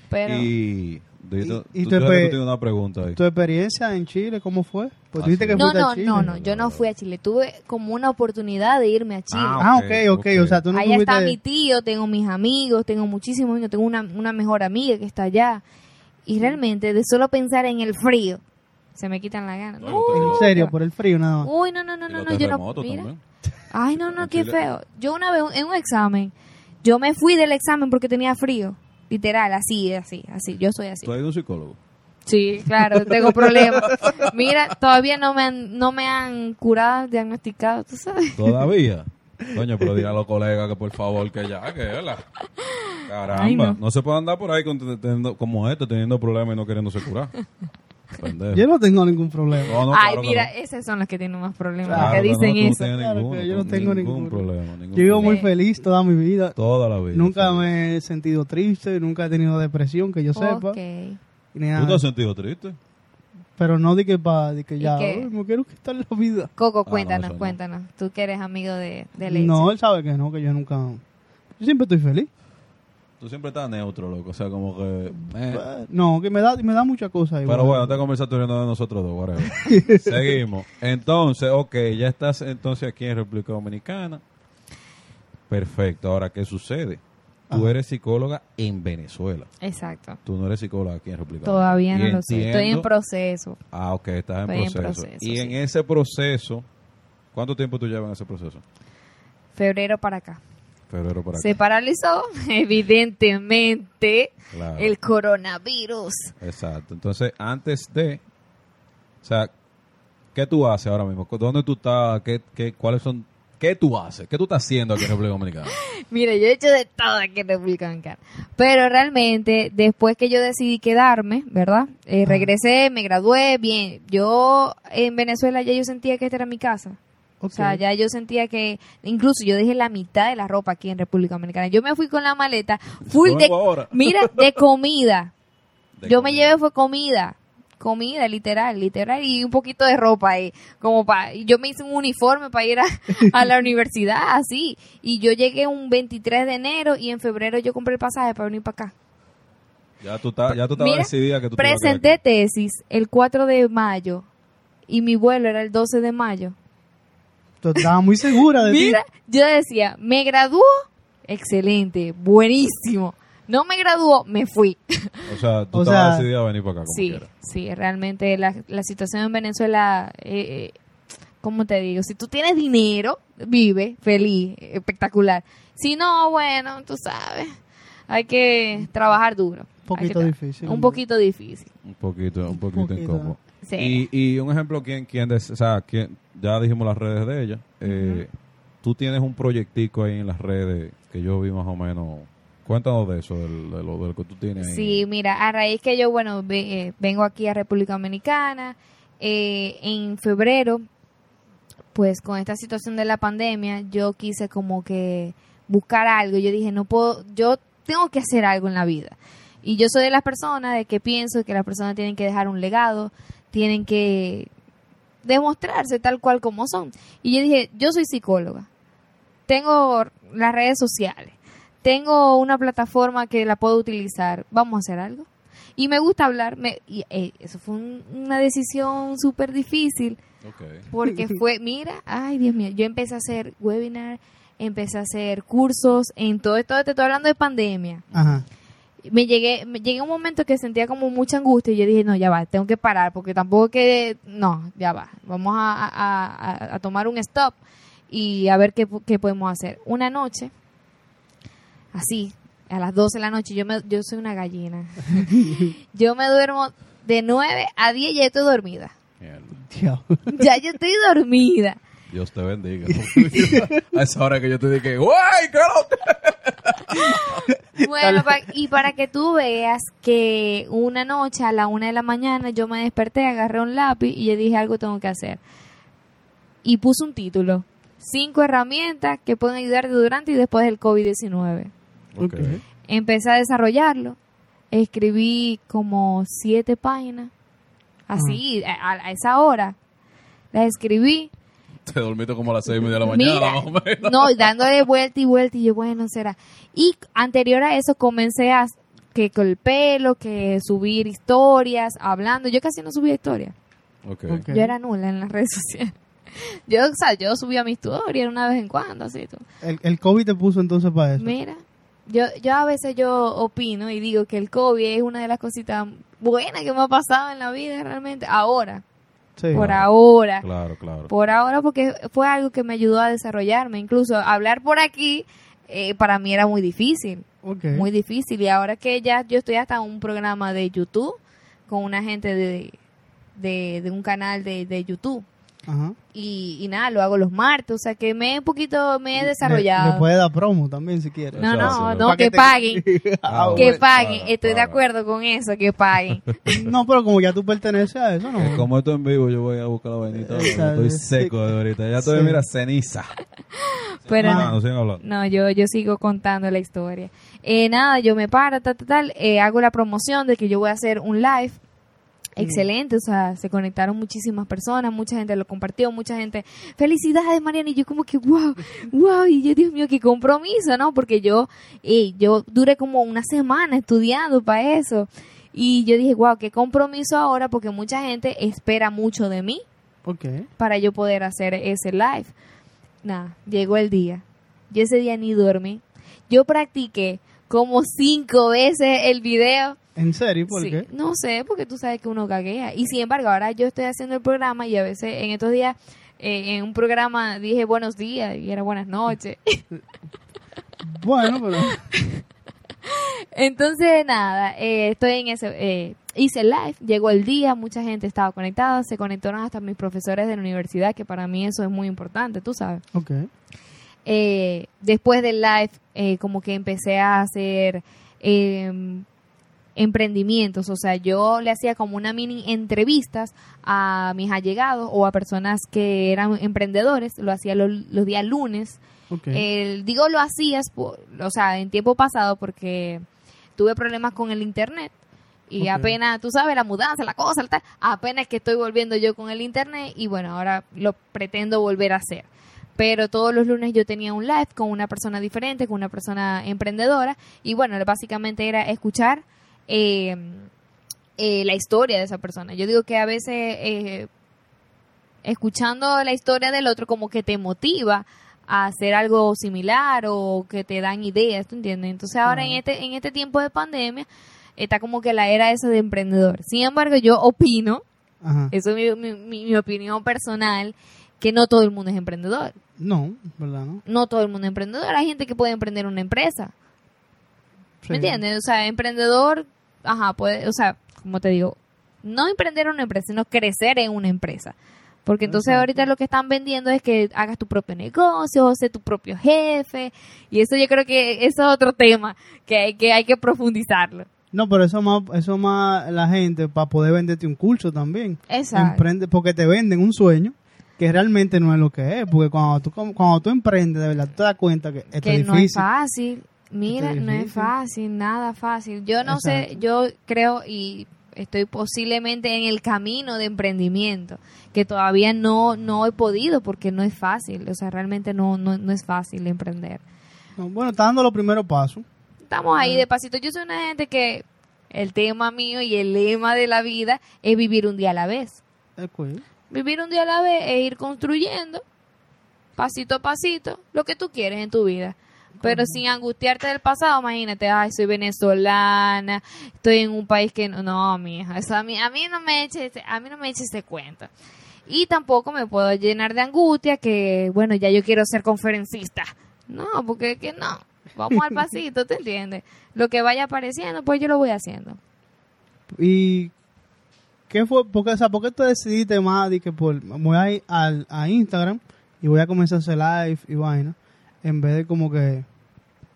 Pero...
y tú,
Y-
tú-
y
tú
tu
sabes
espe-
que tú tienes una pregunta ahí.
¿Tu experiencia en Chile cómo fue? Pues
Ah,
tú dijiste
sí.
que
No,
fuiste a
no,
Chile.
no, no, yo no fui a Chile, tuve como una oportunidad de irme a Chile.
Ah, ok, ok,
ok.
o sea, tú no
Allá está mi
tuviste...
tío, tengo mis amigos, tengo muchísimos amigos, tengo una, una mejor amiga que está allá. Y realmente, de solo pensar en el frío, se me quitan la gana.
Bueno, te-
En serio, por el frío nada más.
Uy, no, no, no,
Y
no,
los
no, yo no.
terremotos
mira.
también.
Ay, no, no,
En
qué
Chile.
feo. Yo una vez en un examen, yo me fui del examen porque tenía frío. Literal, así, así, así. Yo soy así.
Tú has ido a un psicólogo.
Sí, claro, tengo problemas. Mira, todavía no me han, no me han curado, diagnosticado, tú sabes.
Todavía. Coño, pero dile a los colegas que por favor que ya, que la. Caramba,
Ay, no.
no. se puede andar por ahí con- teniendo- como este, teniendo problemas y no queriéndose curar. Pendejo.
Yo no tengo ningún problema.
No, no,
Ay,
claro que
mira,
no.
esos son los que tienen más problemas,
Claro no,
los que dicen
tú no
eso.
tienes
Claro que yo no
tú-
tengo ningún
problema. ningún
Yo vivo muy
problema.
feliz toda mi vida.
Toda la vida.
Nunca
feliz.
me he sentido triste, nunca he tenido depresión, que yo sepa.
Ok.
ni
¿Tú te
nada.
has sentido triste?
Pero no di que, pa, di que
¿Y
ya,
qué?
"Ay, me quiero quitar la vida.
Coco,
Ah, no,
cuéntanos,
eso no.
cuéntanos. Tú que eres amigo de, de Leche.
No, él sabe que no, que yo nunca... Yo siempre estoy feliz.
Tú siempre estás neutro, loco. O sea, como que. eh,
Eh, No, que me da, me da mucha cosa. igual.
Pero bueno, esta conversatoria no es de nosotros dos, whatever. Seguimos. Entonces, ok, ya estás entonces aquí en República Dominicana. Perfecto. Ahora, ¿qué sucede? Tú
Ajá.
eres psicóloga en Venezuela.
Exacto.
Tú no eres psicóloga aquí en República
Todavía no
Dominicana. Y
lo sé. Estoy en
entiendo-
proceso.
Ah, ok, estás en
Estoy en
proceso.
proceso,
y en
sí.
ese proceso, ¿cuánto tiempo tú llevas en ese proceso?
Febrero para acá.
Febrero para
Se paralizó, evidentemente,
acá. Claro.
el coronavirus.
Exacto. Entonces, antes de. O sea, ¿qué tú haces ahora mismo? ¿Dónde tú estás? ¿Qué, qué, ¿Cuáles son.? ¿Qué tú haces? ¿Qué tú estás haciendo aquí en República Dominicana?
Mira, yo he hecho de todo aquí en República Dominicana. Pero realmente, después que yo decidí quedarme, ¿verdad? Eh,
Ah.
Ajá.
regresé, me gradué, bien. Yo en Venezuela ya yo sentía que esta era mi casa.
Ok.
O sea, ya yo sentía que, incluso yo dejé la mitad de la ropa aquí en República Dominicana. Yo me fui con la maleta full
Vengo
de,
ahora.
mira, de comida.
De
yo me
comida.
llevé fue comida, comida, literal, literal, y un poquito de ropa ahí, como para, yo me hice un uniforme para ir a, a la universidad, así. Y yo llegué un 23 de enero y en febrero yo compré el pasaje para venir para acá.
Ya tú, estás- ya tú estabas
Mira,
decidida que tú te ibas a quedar
Presenté
aquí.
tesis el 4 de mayo y mi vuelo era el 12 de mayo.
Tú estabas muy segura de ti.
Mira, yo decía, me graduó, excelente, buenísimo. No me graduó, me fui.
O sea, tú
O
estabas
sea-
decidida a venir para acá como
sí,
quieras.
sí, realmente la, la situación en Venezuela, eh, eh, ¿cómo te digo? Si tú tienes dinero, vive feliz, espectacular. Si no, bueno, tú sabes, hay que trabajar duro.
Un poquito
Hay que tra-
difícil.
Un poquito difícil.
Un poquito, un poquito,
poquito.
incómodo.
Sí.
Y, y un ejemplo, ¿quién, quién des- o sea, quién- ya dijimos las redes de ella. Eh, Tú tienes un proyectico ahí en las redes que yo vi más o menos. Cuéntanos de eso, del, de lo, de lo que tú tienes ahí.
Sí, mira, a raíz que yo, bueno, ve- eh, vengo aquí a República Dominicana, eh, en febrero, pues con esta situación de la pandemia, yo quise como que buscar algo. Yo dije, no puedo, yo tengo que hacer algo en la vida. Y yo soy de las personas de que pienso que las personas tienen que dejar un legado, tienen que demostrarse tal cual como son. Y yo dije, yo soy psicóloga, tengo las redes sociales tengo una plataforma que la puedo utilizar, vamos a hacer algo. Y me gusta hablar, me- y, eh, eso fue un- una decisión súper difícil,
Ok.
porque fue, mira, ay Dios mío, yo empecé a hacer webinar, empecé a hacer cursos, en todo esto, te estoy hablando de pandemia.
Ajá.
Me llegué, me llegué a un momento que sentía como mucha angustia y yo dije, no, ya va, tengo que parar, porque tampoco que, no, ya va, vamos a, a- a- a tomar un stop y a ver qué, qué podemos hacer. Una noche, así, a las 12 de la noche, yo, me, yo soy una gallina. yo me duermo de 9 a 10 y ya estoy dormida.
Mierda.
Diablo.
Ya yo estoy dormida.
Dios te bendiga. a esa hora que yo te dije, ¡guay, qué loco!
Bueno, pa- y para que tú veas que una noche a la una de la mañana yo me desperté, agarré un lápiz y yo dije algo tengo que hacer. Y puse un título. Cinco herramientas que pueden ayudarte durante y después del COVID-19.
Ok.
Ok.
Empecé a desarrollarlo. Escribí como siete páginas. Así, a, a- a esa hora. Las escribí.
Te dormiste como a las seis y media de la mañana,
Mira.
más o menos.
No, y dándole vuelta y vuelta y yo, bueno, será. Y anterior a eso comencé a que con el pelo, que subir historias, hablando. Yo casi no subía historias.
Ok.
Ok.
Yo era nula en las redes sociales. Yo, o sea, yo subía mi historia una vez en cuando, así. tú.
El, el COVID te puso entonces para eso.
Mira, yo, yo a veces yo opino y digo que el COVID es una de las cositas buenas que me ha pasado en la vida realmente. Ahora,
Sí.
por
Claro.
ahora.
Claro, claro.
Por ahora, porque fue algo que me ayudó a desarrollarme. Incluso hablar por aquí eh, para mí era muy difícil,
Ok.
muy difícil. Y ahora que ya yo estoy hasta en un programa de YouTube con una gente de, de, de un canal de, de YouTube.
Ajá.
Y, y nada, lo hago los martes. O sea que me he un poquito, me he
Le,
desarrollado.
le puede dar promo también si quiere.
no, no,
Exacto.
no,
Pa'
que,
te-
paguen.
Ah,
Que
bueno.
paguen,
claro,
estoy
claro.
de acuerdo con eso, que paguen.
No, pero como ya tú perteneces a eso,
Eh,
no.
como esto en vivo, yo voy a buscar la vainita. porque
Exacto.
Estoy seco de ahorita. Ya estoy,
Sí.
mira, ceniza.
Pero
Ah,
no.
no, sigan hablando.
No, yo, yo sigo contando la historia. Eh, nada, yo me paro, tal, tal, tal, eh, hago la promoción de que yo voy a hacer un live. Excelente, o sea, se conectaron muchísimas personas, mucha gente lo compartió, mucha gente, felicidades Mariana, y yo como que, wow, wow, y yo, Dios mío, qué compromiso, ¿no? Porque yo, eh, yo duré como una semana estudiando para eso, y yo dije, wow, qué compromiso ahora, porque mucha gente espera mucho de mí,
Ok.
para yo poder hacer ese live. Nada, llegó el día. Yo ese día ni dormí. Yo practiqué como cinco veces el video.
¿En serio? ¿Por
Sí,
qué?
No sé, porque tú sabes que uno gaguea. Y sin embargo, ahora yo estoy haciendo el programa y a veces en estos días, eh, en un programa dije buenos días y era buenas noches.
Bueno, pero.
Entonces, nada, eh, estoy en ese. eh, hice el live, llegó el día, mucha gente estaba conectada, se conectaron hasta mis profesores de la universidad, que para mí eso es muy importante, tú sabes.
Ok.
eh, después del live, eh, como que empecé a hacer eh, emprendimientos. O sea, yo le hacía como una mini entrevistas a mis allegados o a personas que eran emprendedores. Lo hacía los, los días lunes.
Ok.
El- digo, lo hacías, po- o sea, en tiempo pasado porque tuve problemas con el internet. Y
Ok.
apenas, tú sabes, la mudanza, la cosa, la tal, apenas que estoy volviendo yo con el internet y bueno, ahora lo pretendo volver a hacer. Pero todos los lunes yo tenía un live con una persona diferente, con una persona emprendedora y bueno, básicamente era escuchar eh, eh, la historia de esa persona. Yo digo que a veces eh, escuchando la historia del otro como que te motiva a hacer algo similar o que te dan ideas, ¿tú entiendes? Entonces ahora en
Claro.
este en este tiempo de pandemia está como que la era esa de emprendedor. Sin embargo, yo opino,
Ajá.
eso es mi, mi- mi- mi opinión personal, que no todo el mundo es emprendedor.
No, ¿verdad? No.
No todo el mundo es emprendedor. Hay gente que puede emprender una empresa.
Sí.
¿Me entiendes? O sea, emprendedor, ajá, puede, o sea, como te digo, no emprender una empresa, sino crecer en una empresa. Porque entonces
Exacto.
ahorita lo que están vendiendo es que hagas tu propio negocio, o ser tu propio jefe, y eso yo creo que eso es otro tema que hay que, hay que profundizarlo.
No, pero eso más, eso más la gente para poder venderte un curso también.
Exacto.
Emprende, porque te venden un sueño que realmente no es lo que es. Porque cuando tú, com- cuando tú emprendes, de verdad, tú te das cuenta que esto
que
es
no es
difícil.
fácil. Mira,
Está
no es
difícil.
fácil, nada fácil. Yo no sé,
Exacto.
yo creo y estoy posiblemente en el camino de emprendimiento, que todavía no, no he podido porque no es fácil, o sea, realmente no, no, no es fácil emprender.
No, bueno, está dando los primeros pasos.
Estamos
Ah.
ahí de pasito. Yo soy una gente que el tema mío y el lema de la vida es vivir un día a la vez.
Es cool.
Vivir un día a la vez es ir construyendo pasito a pasito lo que tú quieres en tu vida. Pero sin angustiarte del pasado, imagínate, ay, soy venezolana, estoy en un país que no, no, mija, eso a mí, a mí no me eche, ese- a mí no me eche ese cuento. Y tampoco me puedo llenar de angustia que, bueno, ya yo quiero ser conferencista. No, porque es que no. Vamos al pasito, ¿te entiendes? Lo que vaya apareciendo, pues yo lo voy haciendo.
¿Y qué fue? Porque, o sea, ¿por qué tú decidiste más de que por, me voy a ir al, a Instagram y voy a comenzar a hacer live y vaina? En vez de como que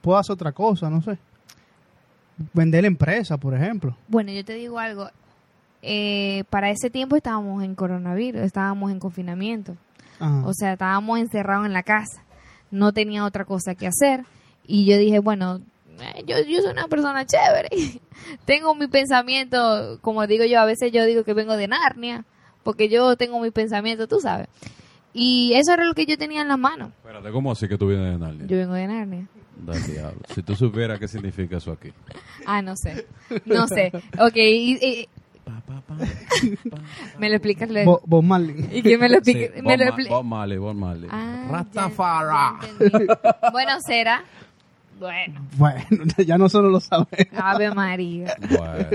puedo hacer otra cosa, no sé. vender la empresa, por ejemplo.
Bueno, yo te digo algo. eh, para ese tiempo estábamos en coronavirus, estábamos en confinamiento.
Ajá.
O sea, estábamos encerrados en la casa. No tenía otra cosa que hacer. Y yo dije, bueno, eh, yo, yo soy una persona chévere. tengo mi pensamiento, como digo yo, a veces yo digo que vengo de Narnia, porque yo tengo mi pensamiento, tú sabes. Y eso era lo que yo tenía en las manos.
Espérate, ¿cómo así que tú vienes de Narnia?
Yo vengo de Narnia.
Del diablo. Si tú supieras qué significa eso aquí.
Ah, no sé. No sé. Ok, y- y-
Pa, pa, pa.
me lo explicas
Bo-
luego.
Bob Marley.
Y que me lo
Sí,
explique- me
Bob
lo
Ma-
expli-
Bob Marley, Bob Marley.
Ah, ya-
este, Rastafari.
ya entendí. bueno, será. Bueno,
Bueno, ya nosotros lo sabemos.
Ave María.
Bueno,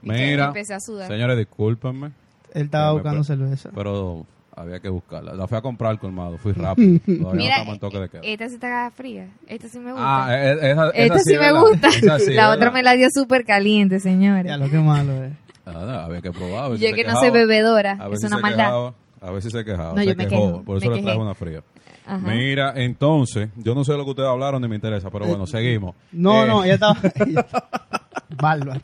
mira,
Empecé a sudar.
señores, discúlpenme,
Él estaba
Sí, me
buscando
parece.
cerveza.
pero había que buscarla. La fui a comprar al colmado, fui rápido. Todavía no
Mira,
estamos en toque de queda.
esta sí está fría. Esta sí me gusta.
Ah, e- e- esa,
esta
esa
sí,
es
me
verdad.
gusta.
Esa sí,
la
es
otra me
verdad.
la dio súper caliente,
Ya
señores.
lo que malo es.
Ah, no, había que probar. a ver si
Yo
se
que no soy
quejaba.
bebedora.
A ver
Es
si
una
se
maldad.
quejaba, a ver si se quejaba.
No,
se
yo me
quejó,
quejo,
Por
me
eso le
quejé.
traje una fría.
Ajá.
Mira, entonces, yo no sé lo que ustedes hablaron ni me interesa, pero bueno, seguimos.
No,
Eh,
no, ella estaba. Bárbara.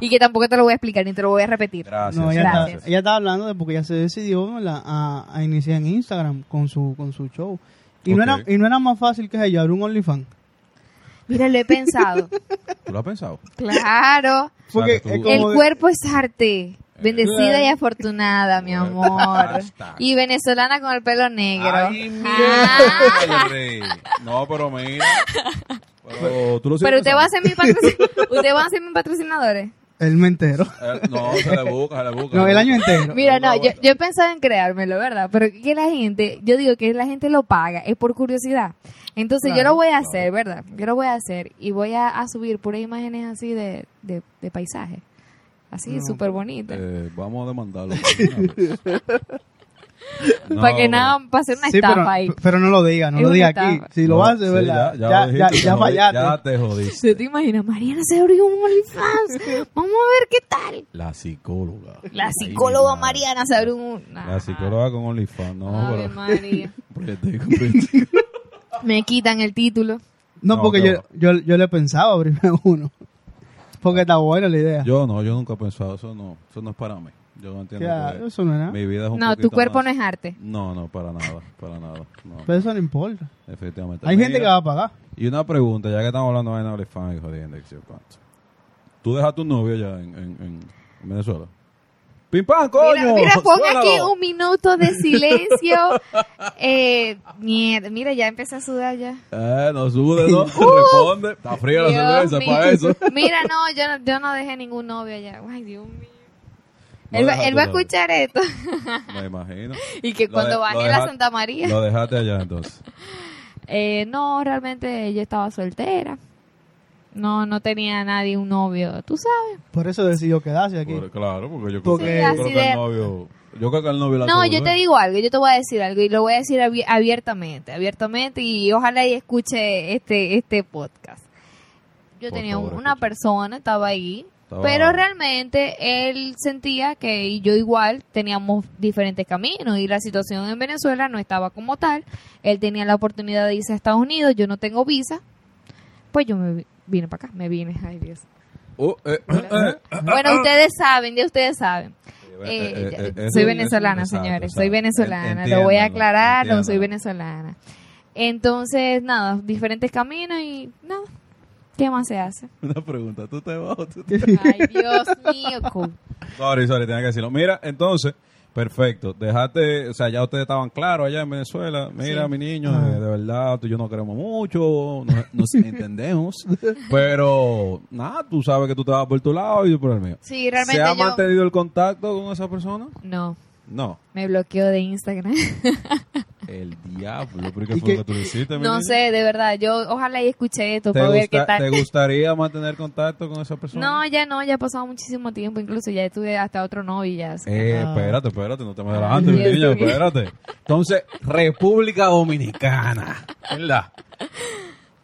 Y que tampoco te lo voy a explicar ni te lo voy a repetir.
Gracias.
No, ella,
Gracias.
Estaba, ella estaba hablando de porque ella se decidió ¿verdad? a, a iniciar en Instagram con su con su show. Y, no
Ok.
era, y no era más fácil que ella abrir un OnlyFans.
Mira, lo he pensado.
¿Tú lo has pensado?
Claro.
Porque
tú-
es
El
como
El
de-
cuerpo es arte. Bendecida
Claro.
y afortunada, mi
Bueno,
amor.
hashtag.
Y venezolana con el pelo negro.
Ay, mi
Ah,
madre. No, pero mira. Pero tú lo sigues
pero usted va a
pensando.
ser mi patrocinador. Usted va a ser mis patrocinadores.
el me entero.
Eh, No, se le busca, se le busca.
No, el año
entero.
entero.
Mira, no,
no,
yo,
bueno.
yo he pensado en creármelo, ¿verdad? Pero que la gente, yo digo que la gente lo paga, es por curiosidad. Entonces yo lo voy a hacer, ¿verdad? Yo lo voy a hacer y voy a, a subir puras imágenes así de, de, de paisaje. Así,
No,
súper bonitas.
eh, vamos a demandarlo.
para que nada, para hacer una
Sí,
estafa
pero,
ahí.
pero no lo diga, no
Es
lo
una
diga
estafa.
aquí. Si lo hace, ¿verdad? Ya, ya, ya, fallaste.
Ya te jodiste.
¿Se te imagina? Mariana se abrió un OnlyFans. Vamos a ver qué tal.
La psicóloga.
La
Ay, mi
psicóloga
madre.
Mariana se abrió un...
La psicóloga con OnlyFans. No,
Ave
pero. pues,
María.
proyectico, proyectico.
Me quitan el título.
No,
No,
porque
qué
yo, yo, yo le pensaba abrirme uno. Porque está buena la idea.
Yo no, yo nunca he pensado. Eso no, eso no es para mí. Yo no entiendo.
Ya,
que
eso no es nada.
Mi vida es un
No, tu
poquito
cuerpo
más-
no es arte.
No, no, para nada. Para nada. No,
Pero eso no importa.
efectivamente.
Hay gente que
Mira,
va a pagar.
Y una pregunta, ya que estamos hablando de OnlyFans y jodiendo, que sé yo cuánto. ¿Tú dejas a tu novio allá en, en, en Venezuela? ¡Pim pam, coño!
Mira, mira, ponga aquí
Suénalo.
un minuto de silencio. Eh, mierda, mira, ya empecé a sudar ya.
Eh, no sude, no. Responde. Está fría la
Dios
cerveza
mío.
para eso.
Mira, no yo, no, yo no dejé ningún novio allá. Ay, Dios mío.
No
él va,
deja
él
tu
va a
novio.
escuchar esto.
Me imagino.
y que
Lo
cuando
de-
baje
lo
la
deja-
Santa María.
Lo dejaste allá entonces.
Eh, no, realmente yo estaba soltera. No, no tenía nadie un novio, tú sabes.
Por eso decidió quedarse aquí.
Por- claro, porque yo creo,
Porque-
que-
Sí,
yo
así
creo que
de-
el novio... Yo creo que el novio la
No,
hace
yo te
volver.
digo algo, yo te voy a decir algo y lo voy a decir abi- abiertamente, abiertamente y ojalá y escuche este este podcast. Yo
Por
tenía
favor,
una
escucha.
persona, estaba ahí,
Estaba-
pero realmente él sentía que y yo igual teníamos diferentes caminos y la situación en Venezuela no estaba como tal. Él tenía la oportunidad de irse a Estados Unidos, yo no tengo visa, pues yo me vi- vine para acá, me vine, ay Dios.
Oh, eh, eh,
Bueno, ustedes saben, ya ustedes saben. Eh,
eh, eh, eh,
soy
eso-
venezolana,
eso- exacto,
señores.
exacto.
Soy venezolana.
Entiéndanlo,
lo voy a aclarar, no soy
entiéndanlo.
venezolana. Entonces, nada, diferentes caminos y nada. ¿Qué más se hace?
Una pregunta, ¿tú te vas o tú te
Ay, Dios mío. cool.
Sorry, sorry, tenía que decirlo. Mira, entonces, perfecto. Dejate, o sea, ya ustedes estaban claros allá en Venezuela. Mira,
Sí.
mi niño,
Ajá.
de, de verdad, tú y yo nos queremos mucho, nos, nos entendemos. Pero, nada, tú sabes que tú te vas por tu lado y yo por el mío.
Sí, realmente
¿Se ha
yo...
mantenido el contacto con esa persona?
No,
No.
me bloqueó de Instagram.
El diablo, ¿por qué
¿Y
fue
qué?
lo que tú le hiciste, mi
no
niño?
sé, de verdad. Yo ojalá y escuché esto
¿Te,
para ver qué
gusta- ¿Te
tal.
gustaría mantener contacto con esa persona?
No, ya no, ya ha pasado muchísimo tiempo. Incluso ya estuve hasta otro novio ya. o sea.
Eh,
Ah.
espérate, espérate, no te me adelantes, mi
Dios
niño,
mío.
espérate. Entonces, República Dominicana, ¿verdad?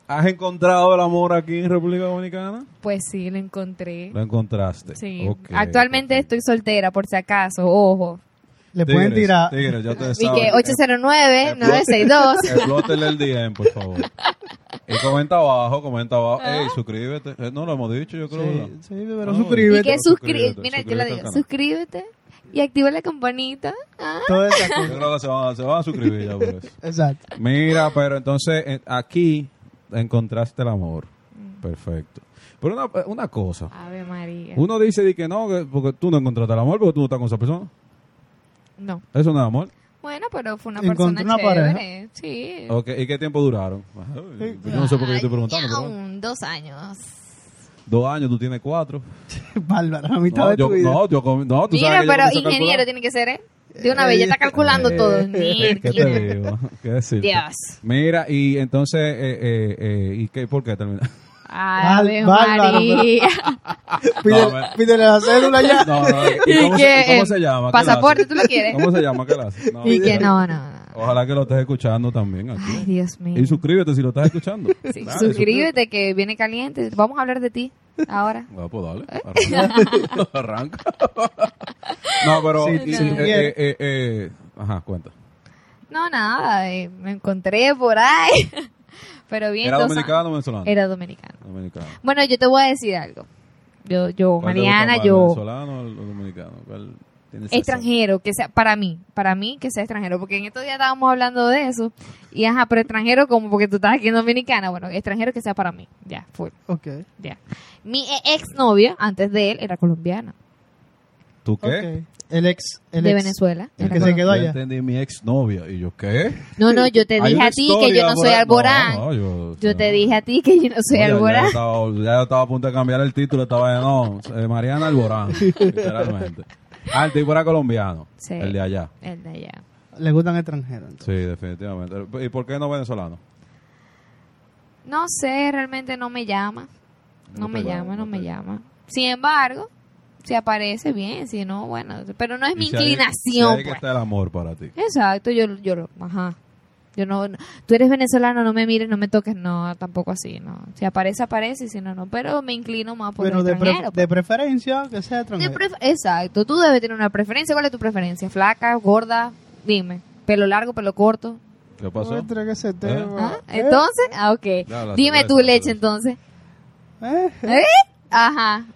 ¿Has encontrado el amor aquí en República Dominicana?
Pues sí, lo encontré.
Lo encontraste.
Sí.
Ok.
Actualmente estoy soltera, por si acaso, ojo.
Le
Tigres,
pueden tirar.
Tigres, ya ustedes
Y
saben.
que 809-962.
Explótenle el DM, por favor. Y comenta abajo, comenta abajo.
Ah.
Ey, suscríbete. Eh, No lo hemos dicho, yo creo. ¿verdad?
Sí, sí, pero
No,
Y
suscríbete.
que
Suscríbete,
suscríbete. Mira, yo lo
suscríbete al
digo.
canal.
Suscríbete y activa la campanita. Ah,
Todas esas
Yo
cosas.
creo que se van, a- se van a suscribir ya por eso.
Exacto.
Mira, pero entonces eh, aquí encontraste el amor.
Mm.
Perfecto. Pero una, eh, una cosa.
Ave María.
Uno dice de que no, que- porque tú no encontraste el amor, porque tú no estás con esa persona.
No.
Eso no es amor.
Bueno, pero fue una
Encontré
persona
una
chévere.
pareja.
Sí.
Ok, ¿Y qué tiempo duraron? Ay, Oh, Yo no sé por qué te estoy
Eh. Ay,
preguntando. pero bueno.
aún Dos años.
Dos años, tú tienes cuatro.
Bárbara, la mitad
No,
de tu
yo,
vida.
no, yo com- no, tú
Mira,
sabes que yo comencé
pero
a calcular. eh,
ingeniero tiene que ser, ¿eh? De una vez ya está calculando todo.
¿Qué te digo? ¿Qué decirte?
Dios.
Mira, y entonces, eh, eh, eh, ¿y qué, por qué terminaste?
Ave
Bárbaro.
María.
Pídele,
No, me-
pídele la cédula ya.
No, no, ¿y
¿Y
cómo,
qué?
se, cómo
Eh,
se llama? ¿Qué
¿Pasaporte
le hace?
tú lo quieres?
¿Cómo se llama? ¿Qué le hace? No,
Y que
mira.
no, no, no.
Ojalá que lo estés escuchando también aquí.
Ay, Dios mío.
Y suscríbete si lo estás escuchando.
Sí,
Dale,
suscríbete que viene caliente. Vamos a hablar de ti ahora.
Ah, pues dale.
¿Eh?
Arranca. Arranca. no, pero.
Sí,
y-
sí,
eh,
no.
eh, eh, eh, ajá, cuenta.
No, nada, eh, me encontré por ahí. Pero bien,
¿Era
dos
dominicano
años.
o venezolano?
Era dominicano.
Dominicano.
Bueno, yo te voy a decir algo. Yo, yo,
¿Cuál te gusta
Oh, Mariana,
más, ¿El
yo.
venezolano o el dominicano? ¿Cuál tiene ese
extranjero, que sea, para mí, para mí que sea extranjero, porque en estos días estábamos hablando de eso, y ajá, pero extranjero como porque tú estás aquí en Dominicana, bueno, extranjero que sea para mí, ya, fue,
Ok.
ya. Mi exnovio, antes de él, era colombiana,
acento? ¿Tú qué?
ok. El ex. El
de
ex.
Venezuela.
El
era
que se
colombiana.
quedó
Yo
allá.
entendí mi exnovia. ¿Y yo qué?
No, no, yo te
Hay
dije
una
a ti que yo
historia
no
por
soy
ahí.
Alborán.
No, yo,
yo te
no.
dije a ti que yo no soy
No, ya-
Alborán.
Ya, estaba, ya estaba a punto de cambiar el título. Estaba de no. eh, Mariana Alborán. literalmente. Ah, el tipo era colombiano.
Sí.
El de allá.
El de allá.
Le gustan extranjeros. entonces.
Sí, definitivamente. ¿Y por qué no venezolano?
No sé, realmente no me llama. No,
No
me
te llama,
llama, no
no
me
te-
llama. Sin embargo, si aparece bien, si no, bueno, pero no es mi
Y si ahí- si
inclinación.
ahí que
pues.
está el amor para ti.
Exacto, yo, yo lo, ajá. Yo no, no- tú eres venezolano, no me mires, no me toques, no, tampoco así, no. Si aparece, aparece, y si no, no. Pero me inclino más por
Pero
el
de, pre-
extranjero.
de
pues.
preferencia que sea
De
extranjero.
pref- Exacto, tú debes tener una preferencia. ¿Cuál es tu preferencia? ¿Flaca, gorda? Dime. ¿Pelo largo, pelo corto?
¿Qué pasó?
Otra que se te
¿Eh?
¿Ah?
va.
¿Entonces? Ah, ok.
Ya, la
Dime
cerveza,
tu
la
leche,
cerveza.
entonces.
¿Eh?
¿Eh? Ajá.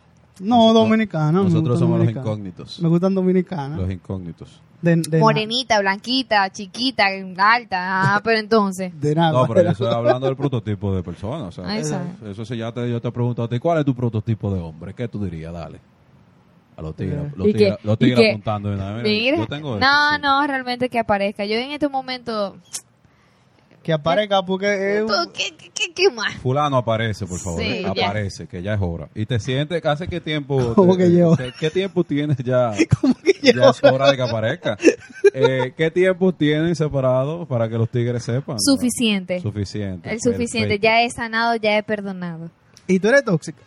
No, dominicana.
Nosotros somos los
incógnitos.
incógnitos.
Me gustan dominicanas.
Los incógnitos.
De, de,
Morenita, blanquita, chiquita, alta. Ah, pero entonces.
De nada.
No, pero yo estoy hablando del prototipo de persona. O sea,
Ah,
eso,
exacto.
eso sí, ya te, yo te he preguntado a ti, ¿cuál es tu prototipo de hombre? ¿Qué tú dirías? Dale. A los tigres.
Eh.
Los
¿Y qué?
tigres los
¿Y
tigres
qué?
apuntando. de nada,
Mira.
Mira, yo tengo esto,
no,
sí.
no, realmente que aparezca. Yo en este momento.
Que aparezca porque es un-
¿Tú ¿Qué, qué, qué, qué más?
Fulano aparece, por favor. Eh,
Sí, ya.
aparece, que ya es hora. Y te sientes, ¿hace qué tiempo?
¿Cómo
te-
que lleva?
¿qué, qué tiempo tienes ya?
¿Cómo que
Ya
yo?
es hora de que aparezca. Eh, ¿Qué tiempo tienen separado para que los tigres sepan?
Suficiente.
Suficiente.
El suficiente.
perfecto.
Ya he sanado, ya he perdonado.
Y tú eres tóxica.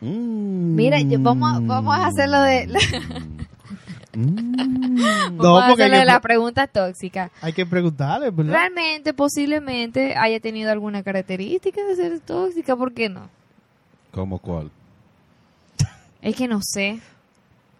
Mira, yo- vamos, a- vamos a hacerlo de. vamos
No,
a
porque
hacerlo
yo-
de la pregunta tóxica.
Hay que preguntarle, ¿verdad?
Realmente, posiblemente haya tenido alguna característica de ser tóxica, ¿por qué no?
¿Cómo cuál?
Es que no sé,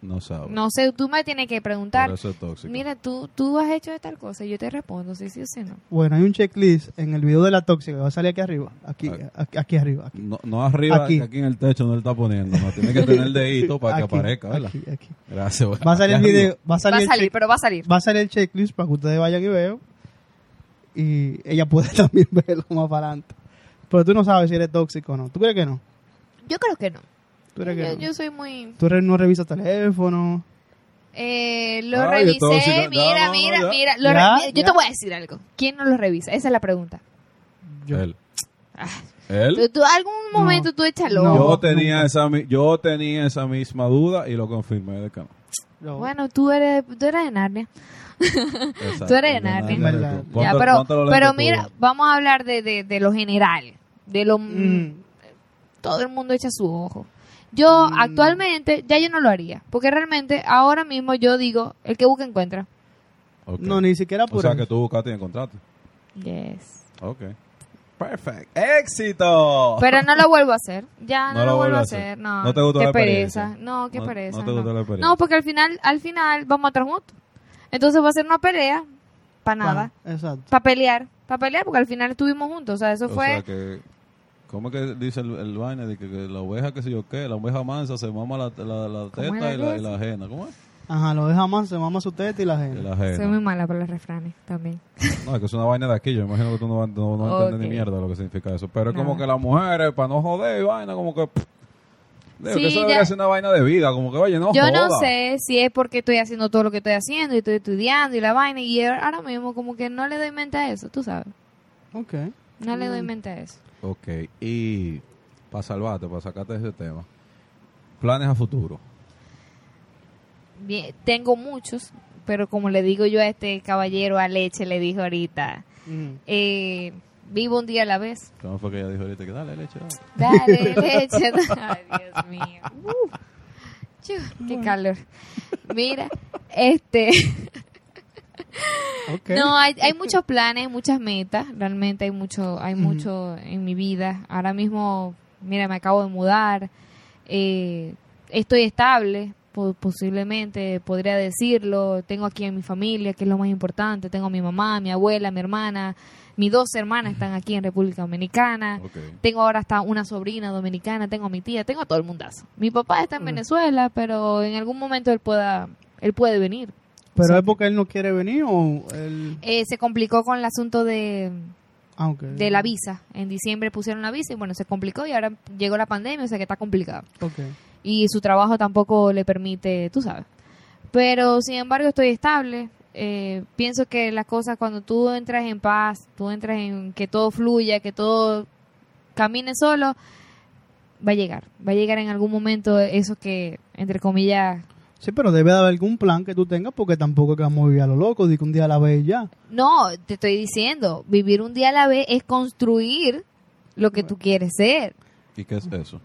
No sabes.
no sé, tú me tienes que preguntar,
Por eso es tóxico.
mira, tú, tú has hecho de tal cosa, y yo te respondo, sí, sí o sí, no.
Bueno, hay un checklist en el video de la tóxica. Va a salir aquí arriba. Aquí,
Ah.
aquí, aquí arriba. Aquí,
No, no arriba, aquí.
Aquí.
aquí en el techo no le está poniendo. No, tiene que tener el dedito para que
Aquí,
aparezca, ¿verdad?
aquí, aquí.
Gracias. güey.
Va a salir el
Aquí arriba.
video. Va a salir,
Va a
el
salir,
check-
pero va a salir.
va a salir el checklist para que ustedes vayan y vean. Y ella puede también verlo más para adelante. Pero tú no sabes si eres tóxico o no. ¿Tú crees que no?
Yo creo que no.
¿Tú crees que
Yo,
no?
yo soy muy...
Tú re- no revisas teléfono.
eh, lo
Ay,
revisé,
entonces, ya,
mira,
no, no,
mira,
ya.
mira. lo
Ya,
re- yo te
ya.
voy a decir algo. ¿Quién no lo revisa? Esa es la pregunta.
Yo.
Él. Él.
¿Tú, tú algún
No.
momento tú échalo.
No,
yo, tenía
nunca.
esa, mi- yo tenía esa misma duda y lo confirmé de canal.
Yo-
Bueno, tú eres, tú eres de Narnia.
Exacto.
Tú eres
Yo
Narnia.
tenía duda.
Verdad.
Ya,
¿Cuánto-
pero,
cuánto lo
pero
lento
mira,
tuvo?
vamos a hablar de, de, de lo general, de lo...
Mm.
todo el mundo echa su ojo. Yo
Mm.
actualmente ya yo no lo haría, porque realmente ahora mismo yo digo, el que busca encuentra.
Ok.
No, ni siquiera por
O sea
eso.
que tú buscaste y encontraste.
Yes.
Ok. Perfect. ¡Éxito!
Pero no lo vuelvo a hacer. Ya no,
No
lo, vuelvo a
vuelves a
hacer.
hacer.
No,
No te gustó
qué
la
pereza.
experiencia.
No, qué
No-
pereza.
no te gustó la experiencia.
No, porque al final, al final vamos a estar juntos. Entonces va a ser una pelea para nada,
Bueno, exacto.
para pelear. para pelear porque al final estuvimos juntos. O sea, eso
o
fue...
sea que, ¿cómo es que dice el, el vaina? De que, que la oveja, que sé yo qué, la oveja mansa se mama la, la, la
¿Cómo
teta
es
y
la
la, y la ajena. ¿Cómo es?
Ajá, lo deja más, se mama su teta y la
Y
gente.
la
Soy
ajena.
muy mala para los refranes también.
No, es que es una vaina de aquí. Yo imagino que tú no, vas- no, no entiendes
Ok.
ni mierda lo que significa eso. Pero es
Nada.
como que las mujeres, para no joder y vaina, como que. pff, digo,
Sí,
que eso
ya-
debería ser una vaina de vida. Como que, oye, no
Yo
joda.
no sé si es porque estoy haciendo todo lo que estoy haciendo y estoy estudiando y la vaina y er, ahora mismo como que no le doy mente a eso, tú sabes.
Ok. Mm,
No le doy
Mm.
mente a eso.
Ok, y para salvarte, para sacarte de ese tema, planes a futuro.
Bien, tengo muchos, pero como le digo yo a este caballero a leche, le dije ahorita,
Mm.
eh, vivo un día a la vez.
¿Cómo fue que ella dijo ahorita que dale leche? dale"?
Dale leche. Ay, Dios mío. Uh. Chu, qué calor. Mira, este...
Ok.
No, hay, hay muchos planes, muchas metas. Realmente hay mucho, hay mucho en mi vida. Ahora mismo, mira, me acabo de mudar. Eh, estoy estable, po- posiblemente, podría decirlo. Tengo aquí a mi familia, que es lo más importante. Tengo a mi mamá, mi abuela, mi hermana. Mis dos hermanas están aquí en República Dominicana.
Ok.
Tengo ahora hasta una sobrina dominicana, tengo a mi tía, tengo a todo el mundazo. Mi papá está en Venezuela, pero en algún momento él pueda, él puede venir.
Pero es porque él no quiere venir o él.
Eh, se complicó con el asunto de,
Ah, ok.
de la visa. En diciembre pusieron la visa y bueno, se complicó y ahora llegó la pandemia, o sea que está complicado.
Ok.
Y su trabajo tampoco le permite, tú sabes. Pero sin embargo estoy estable. Eh, pienso que las cosas cuando tú entras en paz, tú entras en que todo fluya, que todo camine solo, va a llegar. Va a llegar en algún momento eso que, entre comillas,
Sí, pero debe de haber algún plan que tú tengas porque tampoco es que vamos a vivir a lo loco, di que un día a la vez y ya.
No, te estoy diciendo, vivir un día a la vez es construir lo que tú quieres ser.
¿Y qué es eso?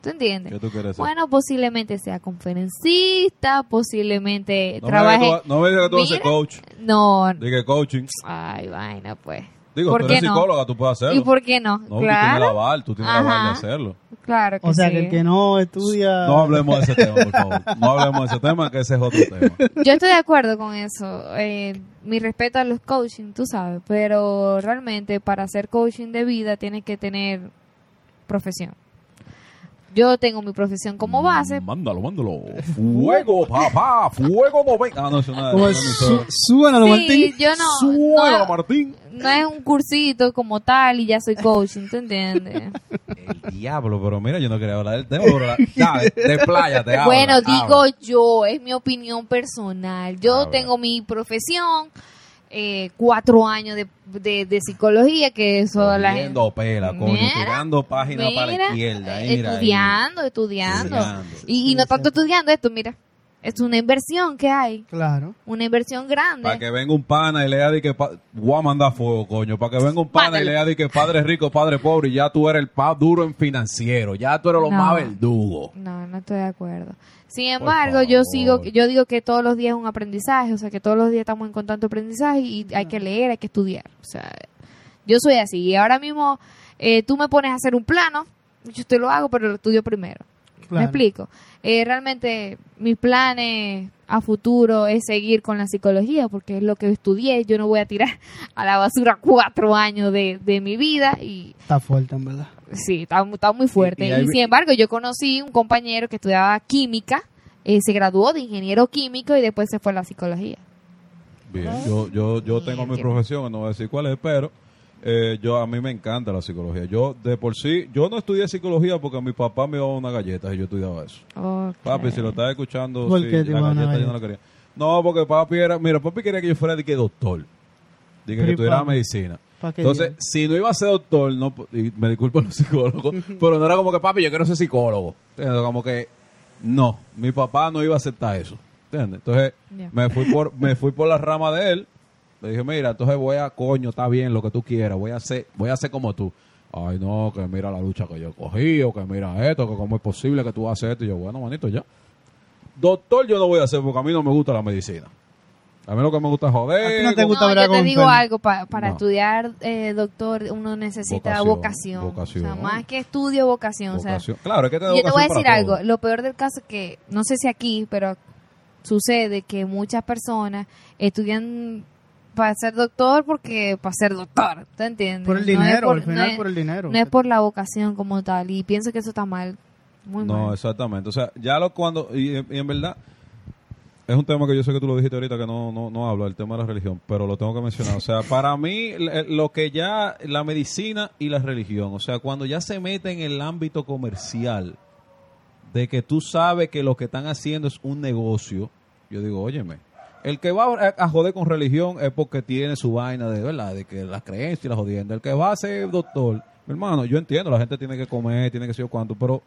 ¿Tú entiendes?
¿Qué tú quieres hacer?
Bueno, posiblemente sea conferencista,
no me digas que
posiblemente
tú
trabaje...
vas- no me digas que tú vas a ser
Mira.
coach.
No,
Dije coaching.
ay, vaina, pues.
Digo,
¿Por
tú
qué
eres
no?
psicóloga, tú puedes hacerlo.
¿Y por qué no?
No, tú tienes
claro,
la val, tú tienes la val de
Ajá.
hacerlo.
claro que
O sea,
sí.
que el que no estudia.
No hablemos de ese tema, por favor. No hablemos de ese tema, que ese es otro tema.
Yo estoy de acuerdo con eso. Eh, mi respeto a los coaching, tú sabes, pero realmente para hacer coaching de vida tienes que tener profesión. Yo tengo mi profesión como base,
Mm.
Mándalo, mándalo.
Fuego, papá, fuego no venga. Ah, no, eso no es
Como
una.
el su- súbalo,
Sí,
Martín.
yo no,
Suena,
no,
Martín.
no es un cursito como tal y ya soy coaching, ¿tú entiendes?
El diablo, pero mira, yo no quería hablar del tema. Pero la, ya, despláyate, habla,
bueno, digo
habla.
yo, es mi opinión personal. Yo
Habla.
tengo mi profesión, eh, cuatro años de, de- de psicología, que eso la gente...
Comiendo pela, coño,
Mira,
tirando páginas para la
mira,
izquierda.
eh,
ahí, mira, ahí.
estudiando, estudiando.
Estudiando.
Y, y no tanto estudiando esto, mira. Es una inversión que hay,
Claro.
una inversión
Para
grande.
que venga un pana y lea de que... pa- Voy a mandar fuego, coño. Para que venga un pana
Mándale.
y lea de que padre rico, padre pobre. Y ya tú eres el pa duro en financiero. Ya tú eres lo
No.
más verdugo.
No, no estoy de acuerdo. Sin
Por
embargo, yo
favor.
sigo, yo digo que todos los días es un aprendizaje, o sea, que todos los días estamos en constante aprendizaje y hay que leer, hay que estudiar. O sea, yo soy así. Y ahora mismo eh, tú me pones a hacer un plano, yo te lo hago, pero lo estudio primero.
Claro.
¿Me explico? Eh, realmente mis planes a futuro es seguir con la psicología porque es lo que estudié. Yo no voy a tirar a la basura cuatro años de, de mi vida y
Está fuerte, en verdad.
sí, está, mu- está muy fuerte.
Y-
Y,
y ahí vi-
sin embargo, yo conocí un compañero que estudiaba química, eh, se graduó de ingeniero químico y después se fue a la psicología.
Bien, yo, yo, yo tengo mi profesión, no voy a decir cuál es, pero eh, yo a mí me encanta la psicología. Yo de por sí, yo no estudié psicología porque mi papá me daba una galleta y yo estudiaba eso. Papi, si lo estás escuchando,
¿Por
sí,
qué te
la
iba a dar una
galleta yo no
galleta?
la quería. No, porque papi era, mira, papi quería que yo fuera de que doctor, de que,
Pero ¿y
estudiara
pa-
medicina.
pa' qué
Entonces,
diablo?
si no iba a ser doctor, no, po- y me disculpan los psicólogos, pero no era como que papi, yo quiero ser psicólogo. ¿Entiendes? Como que, no, mi papá no iba a aceptar eso. ¿Entiendes? Entonces,
Ya.
me, fui por, me fui por la rama de él. Le dije, mira, entonces voy a, coño, está bien, lo que tú quieras, voy a hacer, voy a hacer como tú. Ay, no, que mira la lucha que yo cogí, o que mira esto, que cómo es posible que tú haces esto. Y yo, bueno, manito, ya. Doctor yo no voy a hacer porque a mí no me gusta la medicina. A mí lo que me gusta es joder.
¿A ti no te
con-
gusta
No,
hablar
yo te
con
digo
enfermos.
algo, pa- para
No.
estudiar eh, doctor uno necesita
Vocación,
vocación.
vocación.
O sea, más que estudio, vocación. o sea,
vocación. claro, es que te
yo te voy a decir algo, lo peor del caso es que, no sé si aquí, pero sucede que muchas personas estudian para ser doctor porque para ser doctor, ¿te entiendes?
Por el
No es
dinero, al
no
final pues.
es-
por el dinero.
No es por la vocación como tal y pienso que eso está mal, muy
no,
mal.
exactamente. O sea, ya lo cuando, y, y en verdad, es un tema que yo sé que tú lo dijiste ahorita que no, no, no hablo, el tema de la religión, pero lo tengo que mencionar. O sea, para mí, l- lo que ya, la medicina y la religión, o sea, cuando ya se mete en el ámbito comercial, de que tú sabes que lo que están haciendo es un negocio, yo digo, óyeme, el que va a- a joder con religión es porque tiene su vaina de verdad, de que las creencias y la jodienda. El que va a ser doctor, mi hermano, yo entiendo, la gente tiene que comer, tiene que ser cuánto, pero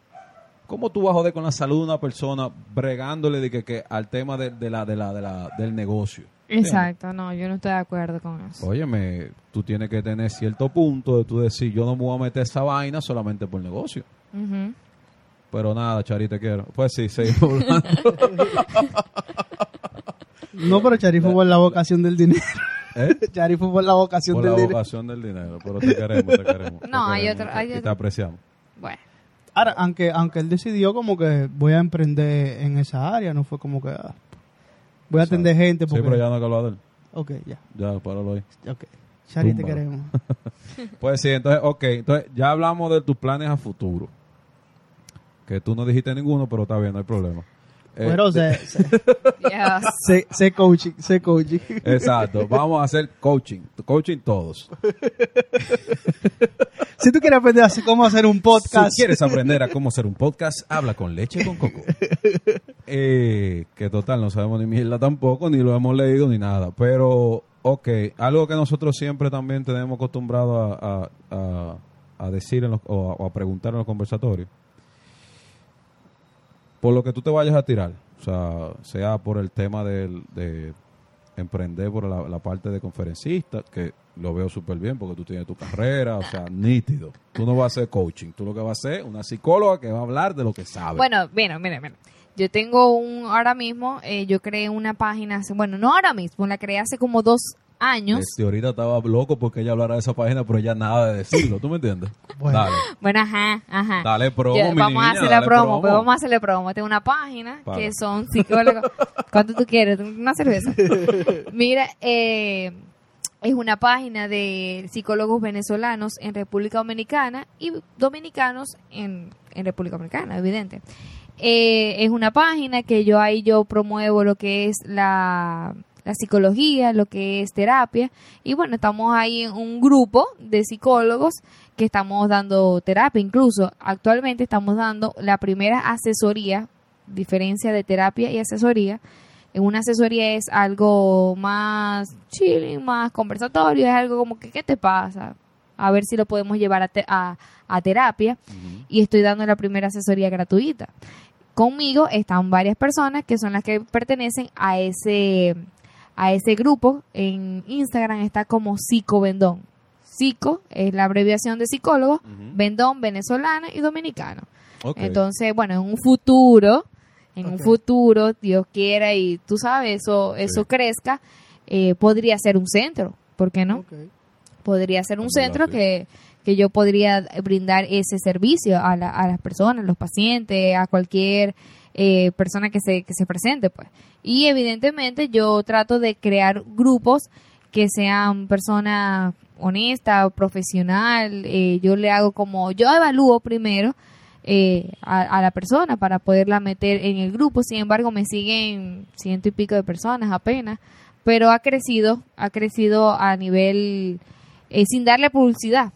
¿cómo tú vas a joder con la salud de una persona bregándole de que, que al tema de, de la, de la, de la, del negocio?
Exacto, no, yo no estoy de acuerdo con eso.
Óyeme, tú tienes que tener cierto punto de tú decir, yo no me voy a meter esa vaina solamente por negocio.
Ujú.
Pero nada, Chari, te quiero. Pues sí, seguimos hablando.
No, pero Chari fue por la vocación del dinero.
¿Eh?
Chari fue por la vocación
Por
del
la
dinero.
vocación del dinero, pero te queremos, te queremos. te
No, hay
queremos,
otro-
te-
hay
y te
otro.
apreciamos.
Bueno,
Ahora, aunque, aunque él decidió como que voy a emprender en esa área, no fue como que ah, voy a atender gente
Sí,
porque...
pero ya no he hablado de él.
Ok, ya,
Ya, páralo ahí.
ok. Chari, te
Tumba.
queremos.
Pues sí, entonces, ok. Entonces, ya hablamos de tus planes a futuro. Que tú no dijiste ninguno, pero está bien, no hay problema. Eh,
pero se, se,
ya.
se, se coaching, se coaching.
Exacto, vamos a hacer coaching. Coaching todos.
si tú quieres aprender así cómo hacer un podcast,
Si quieres aprender a cómo hacer un podcast, habla con leche con coco. Eh, que total, no sabemos ni mierda tampoco, ni lo hemos leído ni nada. Pero, ok, algo que nosotros siempre también tenemos acostumbrado a, a- a- a decir en los- o, a, o a preguntar en los conversatorios. Por lo que tú te vayas a tirar, o sea, sea por el tema del- de emprender por la, la parte de conferencista, que lo veo súper bien porque tú tienes tu carrera, o sea, nítido. Tú no vas a hacer coaching, tú lo que vas a hacer una psicóloga que va a hablar de lo que sabe.
Bueno, mira, mira, mira. Yo tengo un, ahora mismo, eh, yo creé una página, hace- bueno, no ahora mismo, la creé hace como dos años.
Este, ahorita estaba loco porque ella hablara de esa página, pero ella nada de decirlo, ¿tú me entiendes?
Bueno.
Dale,
Bueno, ajá, ajá.
dale promo,
Ya,
mi
vamos a
niña,
hacer la
dale
promo,
promo.
pues vamos a hacerle promo. Tengo una página
Para.
que son psicólogos. ¿Cuánto tú quieres? Una cerveza. Mira, eh, es una página de psicólogos venezolanos en República Dominicana y dominicanos en, en República Dominicana, evidente. Eh, es una página que yo ahí yo promuevo lo que es la, la psicología, lo que es terapia. Y bueno, estamos ahí en un grupo de psicólogos que estamos dando terapia. Incluso actualmente estamos dando la primera asesoría, diferencia de terapia y asesoría. En una asesoría es algo más chilling, más conversatorio, es algo como que, ¿qué te pasa? A ver si lo podemos llevar a, te- a- a terapia. Y estoy dando la primera asesoría gratuita. Conmigo están varias personas que son las que pertenecen a ese, a ese grupo. En Instagram está como Psicobendón. Psico es la abreviación de psicólogo,
Ujú.
vendón venezolano y dominicano.
Ok.
Entonces, bueno, en un futuro, en un
Ok.
futuro, Dios quiera y tú sabes, eso, eso crezca, eh, podría ser un centro, ¿por qué no?
Ok.
Podría ser un
Ambulante.
centro que, que yo podría brindar ese servicio a, la- a las personas, los pacientes, a cualquier eh, persona que se, que se presente, pues. Y evidentemente yo trato de crear grupos que sean personas honestas, profesional, eh, yo le hago como, yo evalúo primero eh, a, a la persona para poderla meter en el grupo, sin embargo me siguen ciento y pico de personas apenas, pero ha crecido, ha crecido a nivel, eh, sin darle publicidad,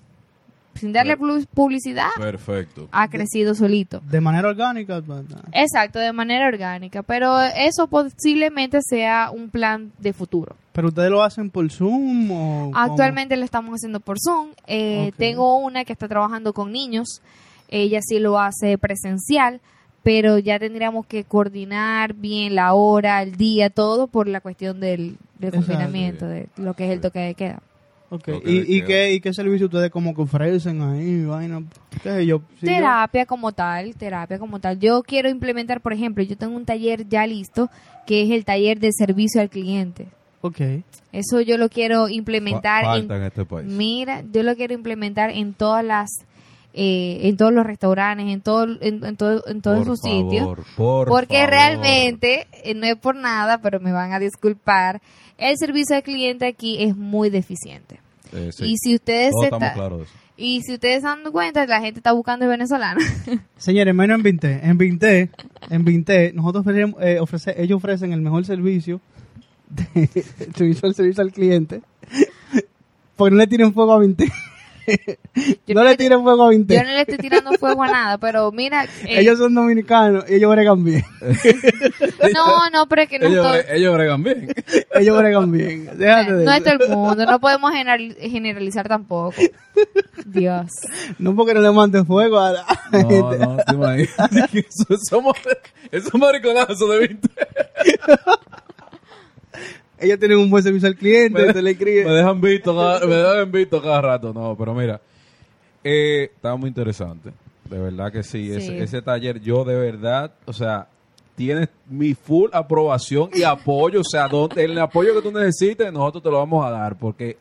sin darle pu- publicidad,
Perfecto.
ha crecido solito.
De manera orgánica, pues, nada.
Exacto, de manera orgánica, pero eso posiblemente sea un plan de futuro.
pero ustedes lo hacen por Zoom o...
Actualmente lo estamos haciendo por Zoom. Eh,
Ok.
Tengo una que está trabajando con niños. Ella sí lo hace presencial, pero ya tendríamos que coordinar bien la hora, el día, todo por la cuestión del, del
Exacto.
confinamiento, de lo que es el toque de queda.
cómo? Ok,
Lo que le
¿Y, y
queda.
qué, ¿Y qué servicio ustedes como que ofrecen ahí? Vaina, qué sé yo, sí, yo-
terapia como tal, terapia como tal. Yo quiero implementar, por ejemplo, yo tengo un taller ya listo, que es el taller de servicio al cliente.
Ok.
Eso yo lo quiero
Fa-
implementar en
falta en este país.
Mira, yo lo quiero implementar en todas las eh, en todos los restaurantes, en, todo, en, en todo- en todos
Por
esos sitios.
favor, por
porque
favor.
realmente, eh, no es por nada, pero me van a disculpar, el servicio al cliente aquí es muy deficiente.
Eh, sí.
Y si ustedes
Todos
se
estamos
ta-
claros de eso.
y si ustedes se dan cuenta, la gente está buscando venezolanos.
Señores, menos en Vinté. En Vinté, en Vinté, nosotros ofrecemos, eh, ofrece- ellos ofrecen el mejor servicio, de, servicio al servicio al cliente, porque no le tiren fuego a Vinté.
Yo
no
no
le
le-
tiren fuego a Vinté.
Yo no le estoy tirando fuego a nada, pero mira, eh,
Ellos son dominicanos, ellos bregan bien.
no, no, pero es que no,
ellos,
todo-
ellos bregan bien.
Ellos bregan bien. Déjate de
no es
eso.
todo el mundo, no podemos general- generalizar tampoco. Dios.
No porque no le manden fuego a la
No,
gente.
no, te imaginas. Eso- Somos, esos mariconazos de 20.
Ellos tienen un buen servicio al cliente,
Me-
se le
Me
escribe.
dejan visto cada, me dejan visto cada rato. No, pero mira,
Eh, está muy interesante. De verdad que sí.
Sí.
Ese, ese taller, yo de verdad, o sea, tienes mi full aprobación y apoyo. O sea, donde- el apoyo que tú necesites, nosotros te lo vamos a dar. Porque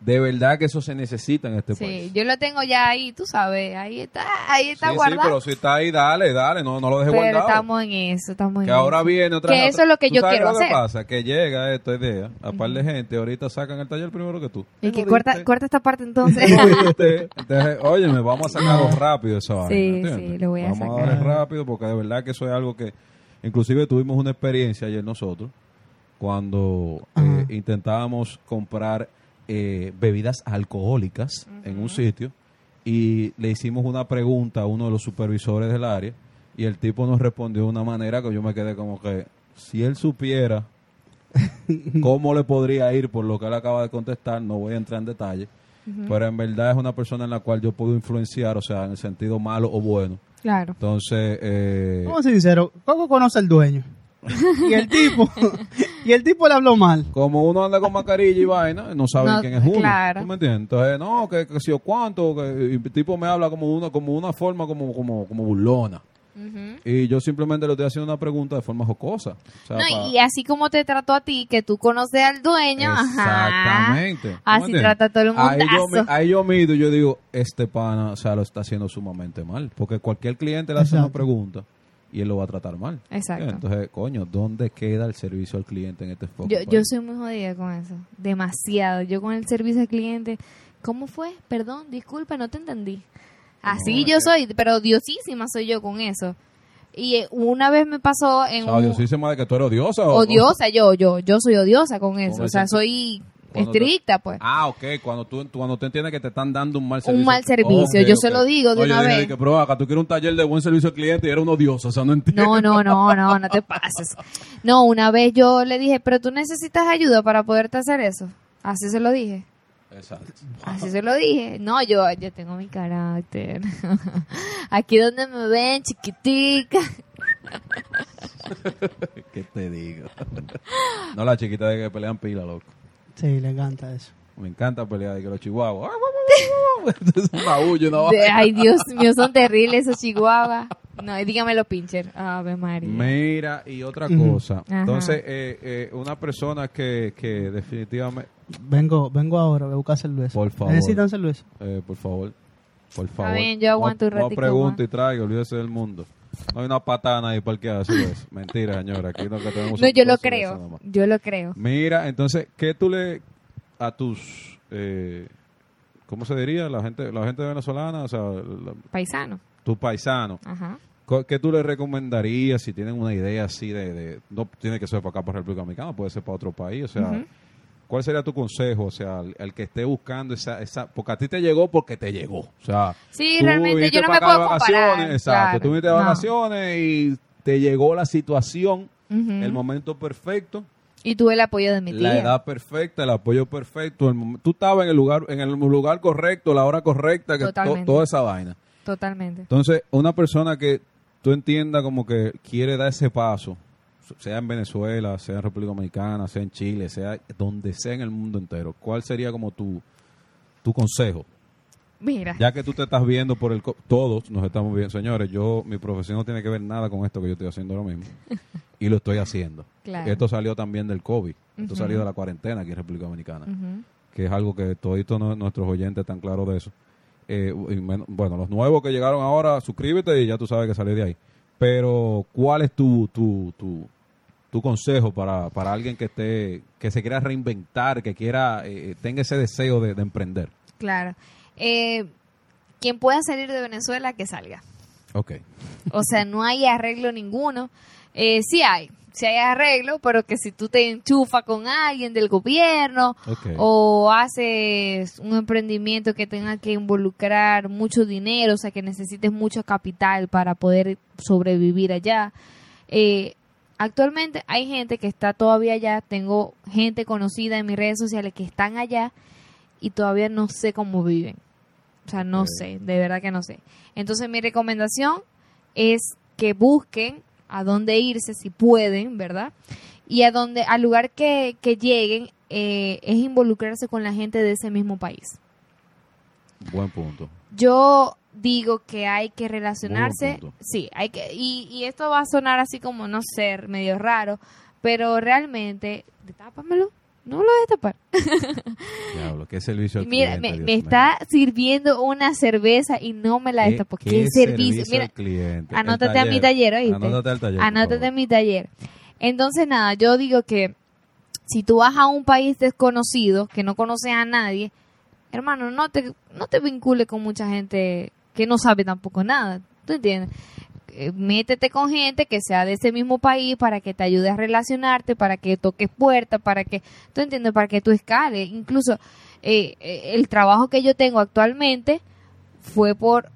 de verdad que eso se necesita en este
Sí,
país.
yo lo tengo ya ahí, tú sabes, ahí está, ahí está
sí, sí,
guardado.
pero si está ahí, dale, dale. No, no lo dejes
pero
guardado.
estamos en eso, estamos en
Que ahora
eso.
viene otra
Que eso es lo que
¿Tú
yo
sabes
quiero
lo que
hacer.
pasa? Que llega esta idea a par de gente. Ahorita sacan el taller primero que tú.
Y que
Lo
corta,
viste.
corta esta parte entonces.
Entonces, oye, me vamos a sacarlo rápido esa vaina.
Sí,
¿entiendes?
sí, lo voy a
vamos
sacar.
a darle rápido porque de verdad que eso es algo que. Inclusive tuvimos una experiencia ayer nosotros cuando eh,
Ajá.
intentábamos comprar eh, bebidas alcohólicas en un sitio y le hicimos una pregunta a uno de los supervisores del área y el tipo nos respondió de una manera que yo me quedé como que si él supiera cómo le podría ir por lo que él acaba de contestar, no voy a entrar en detalle, pero en verdad es una persona en la cual yo puedo influenciar, o sea, en el sentido malo o bueno.
claro.
Entonces, eh,
Oh.
Vamos a ser sinceros, Coco conoce al dueño. Y el tipo, y el tipo le habló mal.
como uno anda con mascarilla y vaina, no saben
No,
quién es uno.
claro.
¿Tú me entiendes? Entonces, no, que, que si o cuánto, que- y el tipo me habla como una, como una forma como, como, como burlona.
Ujú.
Y yo simplemente le estoy haciendo una pregunta de forma jocosa. O sea,
No,
pa-
y así como te trató a ti, que tú conoces al dueño, ajá.
Exactamente. ¿Tú
Así
me entiendes?
trata todo el
Ahí yo, ah,
mundazo.
mi- ahí yo mido y yo digo, este pana, o sea, lo está haciendo sumamente mal. Porque cualquier cliente le hace una
Exacto.
pregunta y él lo va a tratar mal.
Exacto.
Entonces, coño, ¿dónde queda el servicio al cliente en este foco?
Yo, yo soy muy jodida con eso, demasiado. Yo con el servicio al cliente, ¿cómo fue? Perdón, disculpa, no te entendí. Así yo soy, pero odiosísima soy yo con eso. Y eh, una vez me pasó en un-
de que tú eres odiosa. o-
odiosa yo, yo, yo soy odiosa con eso,
Con
o sea,
ese-
soy
Cuando te-
estricta, pues.
Ah, ok, cuando tú, tú- cuando tú entiendes que te están dando un mal servicio.
Un mal servicio,
Ok,
yo se
ok.
lo digo de
No, yo
una
dije,
vez.
dije, pero acá tú quieres un taller de buen servicio al cliente y eres un odioso, o sea, no entiendo.
No, no, no, no, no te pases. No, una vez yo le dije, pero tú necesitas ayuda para poderte hacer eso. Así se lo dije.
Exacto.
Así se lo dije. No, yo, yo tengo mi carácter. Aquí donde me ven, chiquitica.
¿Qué te digo? no, la chiquita de que pelean pila, loco.
Sí, le encanta eso.
Me encanta pelear de que los chihuahuas. "Ah, Entonces, una huye, una
De- Ay, Dios mío, son terribles esos chihuahuas. No, y dígamelo, pincher. Ave María.
Mira, y otra
Ujú.
cosa.
Ajá.
Entonces, eh, eh, una persona que, que definitivamente.
Vengo, vengo ahora, voy a buscar cerveza.
Por favor.
Necesitan cerveza.
eh, por favor, por favor.
bien, yo aguanto
no,
un
No
ratico
pregunte
más.
y traiga, olvídese del mundo. No hay una patana ahí parqueada, eso es. Mentira, señora. Aquí lo que tenemos
No,
son
yo lo
dos cervezas nada
creo.
más.
Yo lo creo.
Mira, entonces, ¿qué tú le. a tus. eh, ¿Cómo se diría? La gente, la gente venezolana, o sea, la-
Paisano.
tu paisano.
Ajá.
Co- ¿Qué tú le recomendarías si tienen una idea así de, de- no tiene que ser para acá, para República Dominicana, puede ser para otro país? O sea,
Ujú.
¿cuál sería tu consejo? O sea, al, al que esté buscando esa, esa, porque a ti te llegó porque te llegó. O sea,
Sí,
tú
realmente
viniste
yo no
para
me
acá de
puedo
vacaciones,
comparar.
Exacto,
claro.
tú viniste de
No.
vacaciones y te llegó la situación,
Ujú.
el momento perfecto,
Y tuve el apoyo de mi tía.
la edad perfecta, el apoyo perfecto, el mom- tú estabas en el lugar, en el lugar correcto, la hora correcta, que to-
Totalmente.
toda esa vaina.
Totalmente.
Entonces, una persona que tú entiendas como que quiere dar ese paso, sea en Venezuela, sea en República Dominicana, sea en Chile, sea donde sea en el mundo entero, ¿cuál sería como tu, tu consejo?
Mira.
Ya que tú te estás viendo por el... co- Todos nos estamos viendo. Señores, yo, mi profesión no tiene que ver nada con esto que yo estoy haciendo ahora mismo. Y lo estoy haciendo.
Claro.
Esto salió también del COVID. Esto salió de la cuarentena aquí en República Dominicana
Ujú.
que es algo que todos nuestros oyentes están claros de eso. eh, y men- bueno, los nuevos que llegaron ahora, suscríbete y ya tú sabes que salí de ahí. Pero, ¿cuál es tu, tu, tu, tu consejo para, para alguien que esté, que se quiera reinventar, que quiera, eh, tenga ese deseo de, de emprender?
Claro. Eh, quien pueda salir de Venezuela, que salga.
Ok.
O sea, no hay arreglo ninguno. Eh, sí hay, sí hay arreglo, pero que si tú te enchufas con alguien del gobierno
Ok.
o haces un emprendimiento que tenga que involucrar mucho dinero, o sea, que necesites mucho capital para poder sobrevivir allá. Eh, actualmente hay gente que está todavía allá, tengo gente conocida en mis redes sociales que están allá y todavía no sé cómo viven. O sea, no
Ok.
sé, de verdad que no sé. Entonces mi recomendación es que busquen a dónde irse si pueden, ¿verdad? Y a donde, al lugar que, que lleguen eh, es involucrarse con la gente de ese mismo país.
Buen punto.
Yo digo que hay que relacionarse,
punto.
sí, hay que, y, y esto va a sonar así como, no sé, medio raro, pero realmente, tápamelo, no lo destapar.
Diablo, qué servicio al
Mira,
cliente,
me,
Dios
me
mío.
está sirviendo una cerveza y no me la
¿Qué-
destapó.
qué
¿Qué, servicio?
al
Mira,
cliente? El
anótate a mi taller, ¿oíste?
Anótate al taller. por
anótate en
favor.
mi taller. Entonces, nada, yo digo que si tú vas a un país desconocido, que no conoces a nadie, hermano, no te, no te vincules con mucha gente que no sabe tampoco nada. ¿Tú entiendes? Eh, Métete con gente que sea de ese mismo país para que te ayude a relacionarte, para que toques puertas, para que, ¿tú entiendes? Para que tú escales. Incluso eh, eh, el trabajo que yo tengo actualmente fue por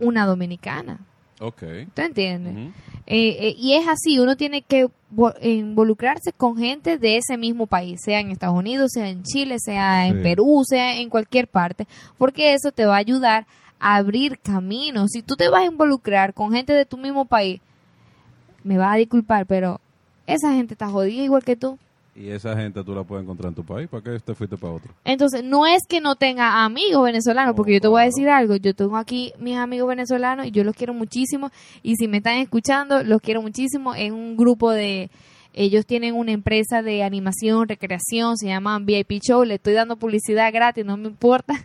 una dominicana.
Ok.
¿Tú entiendes?
Ujú.
Eh, eh, y es así, uno tiene que vo- involucrarse con gente de ese mismo país, sea en Estados Unidos, sea en Chile, sea en
Sí.
Perú, sea en cualquier parte, porque eso te va a ayudar a abrir caminos. Si tú te vas a involucrar con gente de tu mismo país, me vas a disculpar, pero esa gente está jodida igual que tú.
Y esa gente tú la puedes encontrar en tu país. ¿Para qué te fuiste para otro?
Entonces, no es que no tenga amigos venezolanos,
No,
porque yo te voy a
claro.
decir algo. Yo tengo aquí mis amigos venezolanos y yo los quiero muchísimo. Y si me están escuchando, los quiero muchísimo. Es un grupo de. Ellos tienen una empresa de animación, recreación, se llaman VIP Show. Le estoy dando publicidad gratis, no me importa.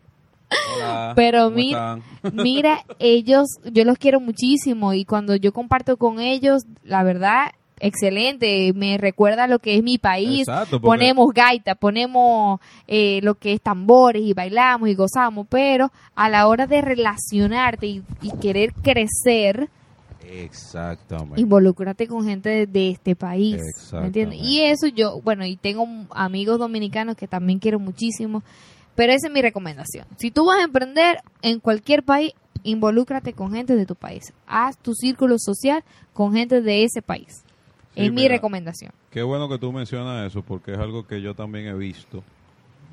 Hola, Ah,
Pero
¿cómo
mira-
están?
Mira, ellos, yo los quiero muchísimo y cuando yo comparto con ellos, la verdad, excelente. Me recuerda lo que es mi país,
Exacto, porque-
ponemos gaita, ponemos eh, lo que es tambores y bailamos y gozamos, pero a la hora de relacionarte y, y querer crecer,
Exactamente.
involúcrate con gente de, de este país. ¿me entiendes?
Exactamente.
Y eso yo, bueno, y tengo amigos dominicanos que también quiero muchísimo, pero esa es mi recomendación. Si tú vas a emprender en cualquier país, involúcrate con gente de tu país. Haz tu círculo social con gente de ese país.
Sí,
es mi
mira.
recomendación.
Qué bueno que tú mencionas eso porque es algo que yo también he visto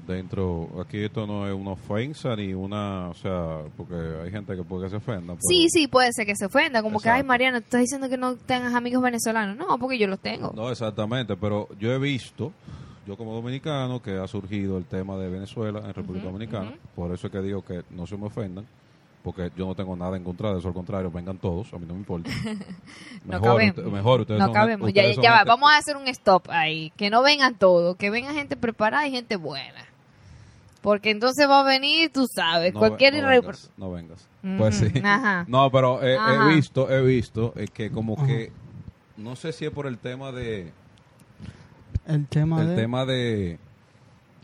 dentro. Aquí esto no es una ofensa ni una, o sea, porque hay gente que puede que se ofenda. pero-
Sí, sí, puede ser que se ofenda, como que, ay,
Exacto.
Mariana, tú estás diciendo que no tengas amigos venezolanos. No, porque yo los tengo.
No, exactamente, pero yo he visto, yo como dominicano, que ha surgido el tema de Venezuela en República
Ujú,
Dominicana,
ujú.
por eso es que digo que no se me ofendan, porque yo no tengo nada en contra de eso, al contrario, vengan todos, a mí no me importa.
no
Mejor,
cabemos.
usted- mejor, ustedes
no
son-
cabemos.
ustedes
ya
son
ya va,
gente-
vamos a hacer un stop ahí. Que no vengan todos, que venga gente preparada y gente buena. Porque entonces va a venir, tú sabes,
No
cualquier
ve- no
irre-
vengas, no vengas.
Ujú,
Pues sí.
ajá.
No, pero eh, he, he
Ajá.
visto, he visto eh, que como
Ajá.
que no sé si es por el tema de
El tema
el
de...
tema de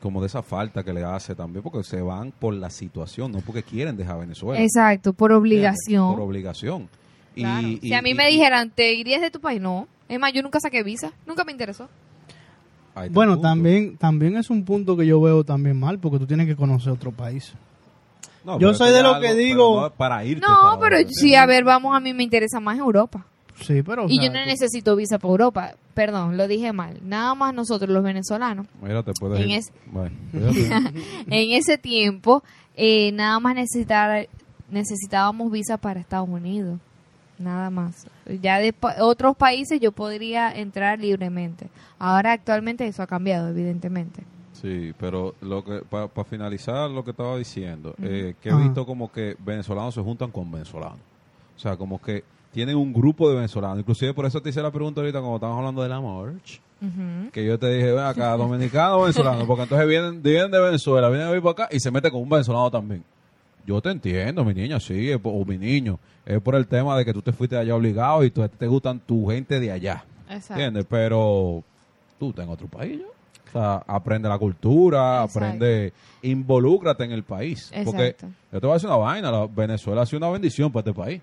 como de esa falta que le hace también porque se van por la situación, no porque quieren dejar Venezuela.
Exacto, por obligación.
Por obligación. Y-
Claro.
y-
si a mí
y-
me
y-
dijeran, ¿te irías de tu país? No. Es más, yo nunca saqué visa, nunca me interesó.
ahí está el
Bueno,
punto.
también, también es un punto que yo veo también mal, porque tú tienes que conocer otro país.
No,
yo
pero
soy
eso
de
ya
lo que
pero
digo-
no para irte
No,
para
pero
otro,
sí, a ver, vamos, a mí me interesa más Europa.
Sí, pero... o
Y
sea,
yo no
tú-
necesito visa para Europa. Perdón, lo dije mal. Nada más nosotros los venezolanos.
eh, Mira, te puedes
En este-
ir.
es-
Bye. Cuídate.
En ese tiempo, eh, nada más necesitar, necesitábamos visa para Estados Unidos. Nada más. Ya de pa- otros países yo podría entrar libremente. Ahora actualmente eso ha cambiado, evidentemente.
Sí, pero lo que para finalizar lo que estaba diciendo, eh, que he
Ajá.
visto como que venezolanos se juntan con venezolanos. O sea, como que tienen un grupo de venezolanos. Inclusive por eso te hice la pregunta ahorita cuando estábamos hablando de la march,
Ujú.
que yo te dije, ven acá, dominicano o venezolano, porque entonces vienen, vienen de Venezuela, vienen a vivir para acá y se meten con un venezolano también. Yo te entiendo, mi niña, sí, es por- o mi niño. Es por el tema de que tú te fuiste de allá obligado y tú, a ti te gustan tu gente de allá.
Exacto.
¿Entiendes? Pero tú estás en otro país, ¿ya? O sea, aprende la cultura,
Exacto.
aprende, involúcrate en el país. Porque
Exacto.
yo te voy a decir una vaina, la- Venezuela ha sido una bendición para este país,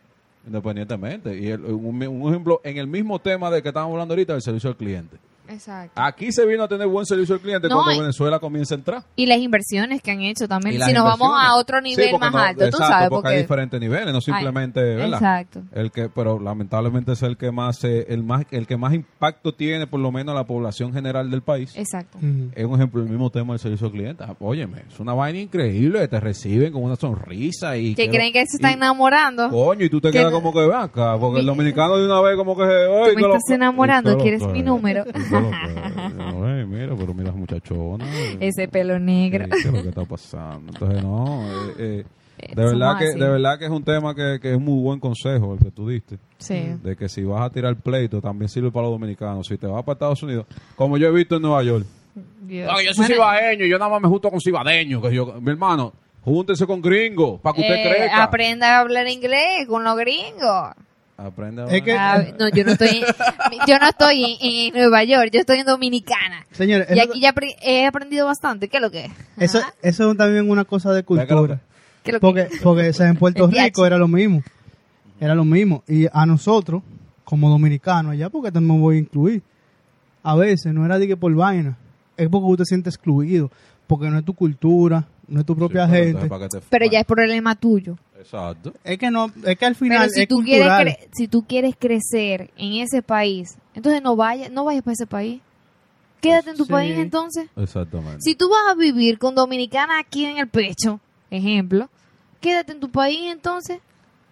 independientemente. Y el- un, un ejemplo, en el mismo tema de que estábamos hablando ahorita, del servicio al cliente.
Exacto.
Aquí se vino a tener buen servicio al cliente
No, y-
cuando Venezuela comienza a entrar.
Y las inversiones que han hecho también.
Y las
Si nos vamos
inversiones.
a otro
Sí,
nivel
porque
más
no-
alto, tú
exacto,
sabes,
porque hay
porque...
diferentes niveles, no simplemente, ¿verdad?
Exacto.
El que, pero lamentablemente es el que más, eh, el más, el que más impacto tiene, por lo menos a la población general del país.
Exacto.
Ujú.
Es un ejemplo el mismo tema del servicio al cliente. Ah, Óyeme, es una vaina increíble, te reciben con una sonrisa y
Que creen que se están
y-
enamorando.
Coño, y tú te
que
quedas
no-
como que ven acá, porque el
Mi-
dominicano de una vez como que se...
Tú me estás enamorando, ¿quieres mi número?
mira, pero mira las muchachonas.
Ese pelo negro.
Eh, ¿Qué es lo que está pasando? Entonces, no, eh, eh, de,
Eh,
verdad
somos
que,
así.
de verdad que es un tema que, que es muy buen consejo el que tú diste.
Sí.
De que si vas a tirar pleito, también sirve para los dominicanos. Si te vas para Estados Unidos, como yo he visto en Nueva York.
Dios.
No, yo soy
Bueno,
cibaeño, yo nada más me junto con cibadeño. Que yo, mi hermano, júntese con gringo, para que usted
Eh,
crezca.
aprenda a hablar inglés con los gringos.
Aprenda.
Es que-
Ah, no, yo no estoy, yo no estoy en, en Nueva York, yo estoy en Dominicana.
Señores,
y
eso,
aquí ya apre- he aprendido bastante. ¿Qué es lo que es?
Eh,
Ah,
eso, eso es también una cosa de cultura.
¿Qué es lo que
Porque, porque o sea, en Puerto
El viaje.
Rico era lo mismo. Era lo mismo. Y a nosotros, como dominicanos, ya porque también me voy a incluir, a veces no era de que por vaina, es porque tú te sientes excluido, porque no es tu cultura, no es tu propia gente.
Pero ya es problema tuyo.
Exacto.
Es que no, es que al
Pero
final
si
es
tú, quieres
cultural.
cre- si tú quieres crecer en ese país, entonces no vayas no vayas para ese país. Quédate en tu
Sí.
país entonces.
Exactamente.
Si tú vas a vivir con dominicana aquí en el pecho, ejemplo, quédate en tu país entonces.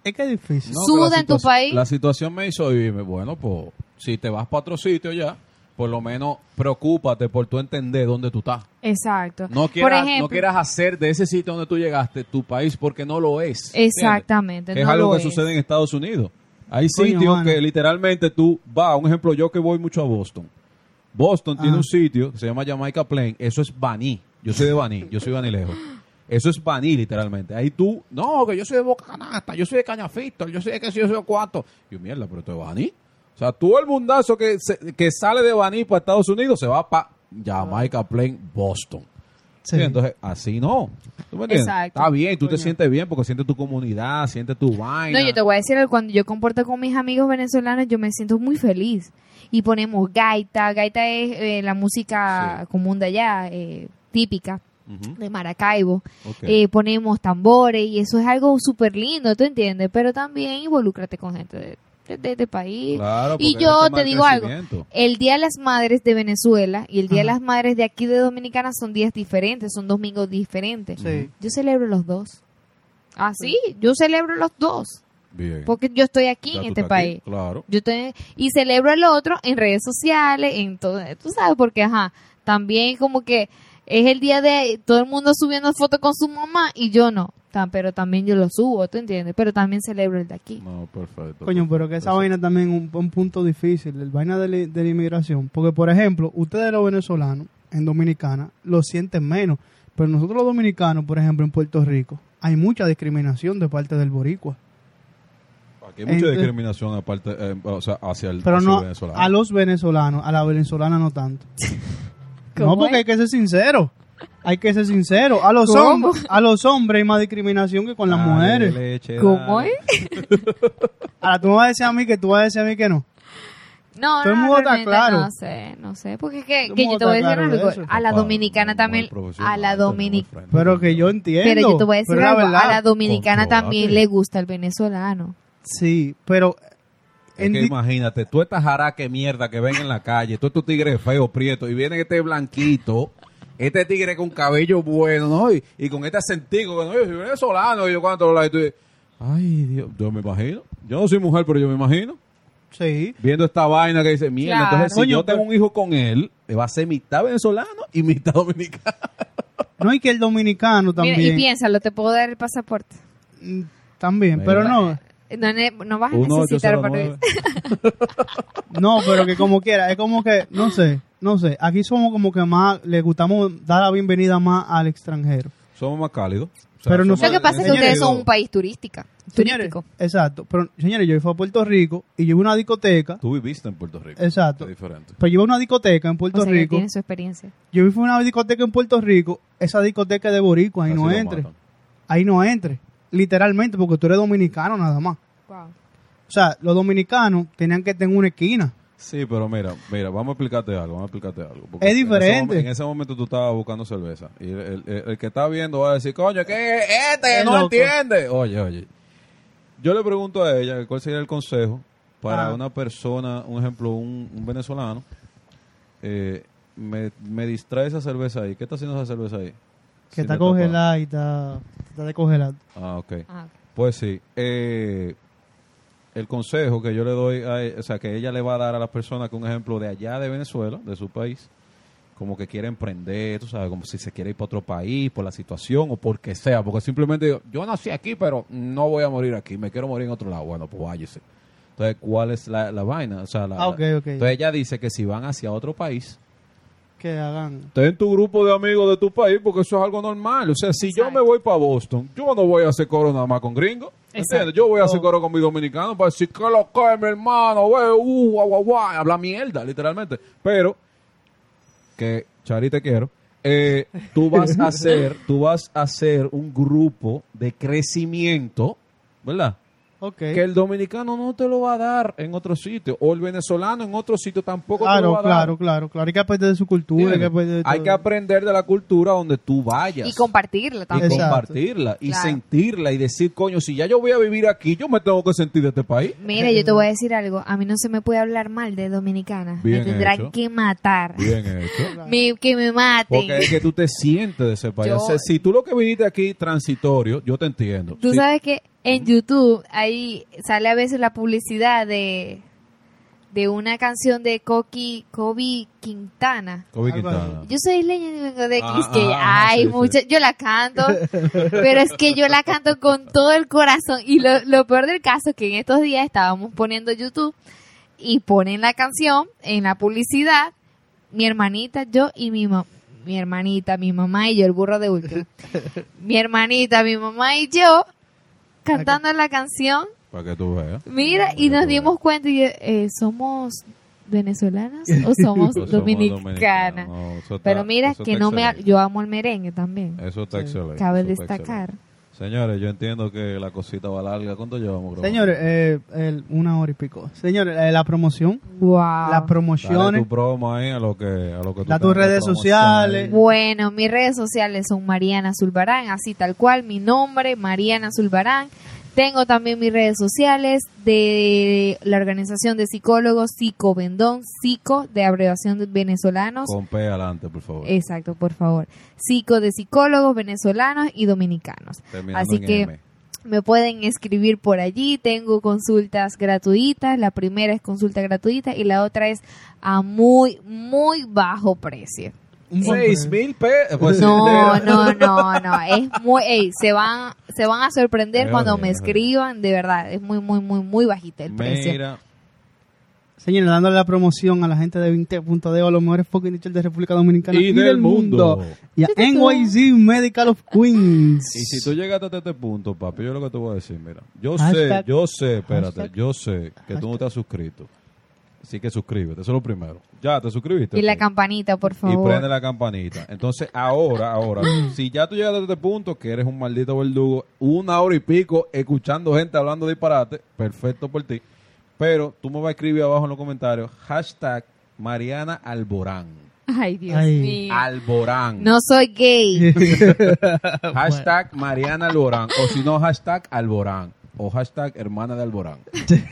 Es que es difícil.
No,
Suda
que la
en tu
situaci-
país.
La situación me hizo vivirme, bueno, pues si te vas para otro sitio ya, por lo menos preocúpate por tú entender dónde tú estás.
Exacto.
No quieras, no
ejemplo.
quieras hacer de ese sitio donde tú llegaste tu país porque no lo es. ¿entiendes?
Exactamente.
Es
no
algo
lo
que sucede en Estados Unidos. Hay
Coño,
sitios
mano.
que literalmente tú vas, un ejemplo, yo que voy mucho a Boston. Boston tiene
Ah.
un sitio que se llama Jamaica Plain, eso es Baní. Yo soy de Baní, yo soy banilejo. Eso es Baní, literalmente. Ahí tú, no, que yo soy de Boca Canasta, yo soy de Cañafito, yo soy de que soy, yo soy de cuarto. Yo, mierda, pero esto es Baní. O sea, tú el mundazo que, se- que sale de Baní para Estados Unidos se va para Jamaica Plain, Boston.
Sí.
Sí, Entonces, así no. ¿Tú me entiendes?
Exacto.
Está bien, tú te
Coño.
sientes bien porque sientes tu comunidad, sientes tu vaina.
No, yo te voy a decir, algo, cuando yo comporto con mis amigos venezolanos, yo me siento muy feliz. Y ponemos gaita, gaita es eh, la música
Sí.
común de allá, eh, típica
Ujú,
de Maracaibo.
ok.
Eh, ponemos tambores y eso es algo súper lindo, ¿tú entiendes? Pero también involúcrate con gente de, de- de este país.
Claro,
y
porque
yo
es el tema
te
del
digo algo.
crecimiento.
El Día de las Madres de Venezuela y el Día de
Ajá.
las Madres de aquí de Dominicana son días diferentes, son domingos diferentes.
Sí.
Yo celebro los dos. Ah, sí, yo celebro los dos.
Bien.
Porque yo estoy aquí
Ya
en
tú
este
estás
país.
aquí, Claro.
Yo te- y celebro al otro en redes sociales, en todo, tú sabes, porque ajá, también como que es el día de todo el mundo subiendo fotos con su mamá y yo no, tan, pero también yo lo subo, ¿tú entiendes? Pero también celebro el de aquí.
No, perfecto.
Coño, pero que esa vaina también es un, un punto difícil, el vaina de la, de la inmigración. Porque, por ejemplo, ustedes los venezolanos en Dominicana lo sienten menos. Pero nosotros los dominicanos, por ejemplo, en Puerto Rico, hay mucha discriminación de parte del boricua.
Aquí hay mucha
Entonces-
discriminación aparte, eh, o sea, hacia el,
Pero
hacia
no
el venezolano.
a los venezolanos, a la venezolana no tanto.
¿Cómo
No, porque
es?
hay que ser sincero. Hay que ser sincero. A los,
¿Cómo?
hombres a los hombres hay más discriminación que con las
Dale,
mujeres.
leche,
¿Cómo
dale.
es?
Ahora tú me vas a decir a mí que tú vas a decir a mí que no.
No,
Todo el
no,
mundo está
realmente
claro.
no sé, no sé, porque es
Todo
que,
el
que
mundo
yo te voy a
está
decir
claro de
algo,
eso.
a la
Papá,
dominicana
muy
también,
profesional,
a la
entonces, muy
dominicana.
friendly.
Pero que yo entiendo.
Pero yo te voy a decir
Pero la
algo,
verdad-
a la dominicana
Comprobate.
también le gusta el venezolano.
Sí, pero...
Es
en
que
di-
imagínate, tú esta jaraque mierda que ven en la calle, tú estos tigres feos, prietos, y viene este blanquito, este tigre con cabello bueno, ¿no? Y, y con este acentico, que no, yo soy venezolano, y yo cuando hablo, y tú dices, ay, Dios, yo me imagino, yo no soy mujer, pero yo me imagino,
Sí.
viendo esta vaina que dice, mierda,
Claro.
entonces si
Coño,
yo tengo
pero-
un hijo con él, va a ser mitad venezolano y mitad dominicano.
No, y que el dominicano
Mira,
también.
y piénsalo, te puedo dar el pasaporte.
Mm, También, pero no,
No, ne- no vas a
Uno, ocho,
necesitar
cero,
para-
nueve.
no, pero que como quiera, es como que, no sé, no sé, aquí somos como que más, le gustamos dar la bienvenida más al extranjero.
Somos más cálidos. O sea,
Pero
somos-
no-
Lo que pasa es que
Señores,
ustedes son un país turística,
Señores,
turístico.
exacto. Pero, señores, yo fui a Puerto Rico y llevé una discoteca.
Tú viviste en Puerto Rico.
Exacto.
Es diferente.
Pero llevé una discoteca en Puerto
O sea, que
Rico.
tienen su experiencia.
Yo fui a una discoteca en Puerto Rico. Esa discoteca es de boricua, ahí
Así
no
lo
entre.
matan.
Ahí no entre. Literalmente, porque tú eres dominicano nada más.
Wow.
O sea, los dominicanos tenían que tener una esquina.
Sí, pero mira, mira, vamos a explicarte algo, vamos a explicarte algo. Porque
Es
en ese
diferente.
momen- En ese, momento tú estabas buscando cerveza. Y el, el- el- el que está viendo va a decir, coño, ¿qué es este?
Es
no
loco.
entiende. Oye, oye. Yo le pregunto a ella cuál sería el consejo para
Ah.
una persona, un ejemplo, un, un venezolano. eh, me, me distrae esa cerveza ahí. ¿Qué está haciendo esa cerveza ahí?
Que
Sin
está
destapar.
congelada y está, está descongelada.
Ah, ok.
Ah,
Pues sí. eh, el consejo que yo le doy, a e- o sea, que ella le va a dar a las personas que un ejemplo de allá de Venezuela, de su país, como que quiere emprender, tú sabes, como si se quiere ir para otro país, por la situación o porque sea, porque simplemente digo, yo nací aquí, pero no voy a morir aquí, me quiero morir en otro lado. Bueno, pues váyese. Entonces, ¿cuál es la, la vaina? O sea, la-
Ah, ok,
la-
ok.
Entonces ella dice que si van hacia otro país,
Que hagan.
Ten tu grupo de amigos de tu país porque eso es algo normal. O sea, si yo
Exacto.
me voy para Boston, yo no voy a hacer coro nada más con gringos. ¿Entiendes? Yo voy a hacer
Oh.
coro con mis dominicanos para decir que lo que, mi hermano, wey, uh, guau, guau, guau", habla mierda, literalmente. Pero, que Chari te quiero, eh, tú vas a hacer, tú vas a hacer un grupo de crecimiento, ¿verdad?
Ok.
Que el dominicano no te lo va a dar en otro sitio, o el venezolano en otro sitio tampoco te lo
Ah, Claro,
va a dar.
claro, claro, claro. Hay que aprender de su cultura. Hay que
¿Entiendes?
aprender de
Hay
todo.
que aprender de la cultura donde tú vayas.
Y compartirla
Y
también.
Exacto.
compartirla. Y
Claro.
sentirla. Y decir, coño, si ya yo voy a vivir aquí, yo me tengo que sentir de este país.
Mire, yo te voy a decir algo. A mí no se me puede hablar mal de dominicana.
Bien
me tendrán
hecho.
que matar.
Bien hecho.
Me- que me maten.
Porque es que tú te sientes de ese país.
Yo-
O sea, si tú lo que viniste aquí transitorio, yo te entiendo.
Tú
Sí.
sabes que en YouTube ahí sale a veces la publicidad de, de una canción de Coqui, Kobe Quintana.
Kobe
Algo
Quintana.
Yo soy isleña y vengo de
Ah,
es que
ah,
ay,
sí, sí.
mucha- yo la canto, pero es que yo la canto con todo el corazón. Y lo, lo peor del caso es que en estos días estábamos poniendo YouTube y ponen la canción en la publicidad, mi hermanita, yo y mi mamá. Mi hermanita, mi mamá y yo, el burro de último. Mi hermanita, mi mamá y yo cantando la canción.
Para que tú veas.
Mira, y nos dimos cuenta y eh, somos venezolanas o somos
Nosotros somos
dominicanas.
dominicanos. No, eso está-
Pero mira
Ah, eso
que
está
no me... ha-
excelente.
Yo amo el merengue también.
Eso está
Sí.
excelente.
Cabe
eso está
destacar.
excelente. Señores, yo entiendo que la cosita va larga. ¿Cuánto llevamos? grabando?
Señores, eh, el- una hora y pico. Señores, eh, la promoción.
Wow.
Las
Ah. Dale
promociones.
tu promo ahí a lo que, a lo que tú
Da tus
tengas
redes
promocionar.
sociales.
Bueno, mis redes sociales son Mariana Zulbarán, así tal cual, mi nombre, Mariana Zulbarán. Tengo también mis redes sociales de la organización de psicólogos Psico Vendón, Psico de abreviación de venezolanos.
Con P adelante, por favor.
Exacto, por favor. Psico de psicólogos venezolanos y dominicanos.
Terminando
así
en
que-
M.
Me pueden escribir por allí. Tengo consultas gratuitas. La primera es consulta gratuita y la otra es a muy, muy bajo precio.
Un buen
Seis
pre-
mil pesos. Pues,
No,
mira.
no, no, no. Es muy, ey, se van, se van a sorprender
Qué
cuando me
bonito.
escriban. De verdad, es muy, muy, muy, muy bajita el precio.
Mira,
Señores, dándole la promoción a la gente de 20.de a los mejores fucking nichos de República Dominicana
y del mundo.
Y a NYC Medical of Queens.
Y si tú llegaste hasta este punto, papi, yo lo que te voy a decir, mira, yo sé,
Hashtag-
yo sé, espérate,
hashtag-
yo sé que tú no te has suscrito. Así que suscríbete, eso es lo primero. Ya, te suscribiste.
Y la
Ok.
campanita, por
y
favor.
prende la campanita. Entonces, ahora, ahora, si ya tú llegaste a este punto, que eres un maldito verdugo, una hora y pico escuchando gente hablando disparate, perfecto por ti. Pero tú me vas a escribir abajo en los comentarios, hashtag Mariana Alborán.
Ay, Dios
Ay.
mío.
Alborán.
No soy gay.
Hashtag Mariana Alborán. O si no, hashtag Alborán. O hashtag hermana de Alborán.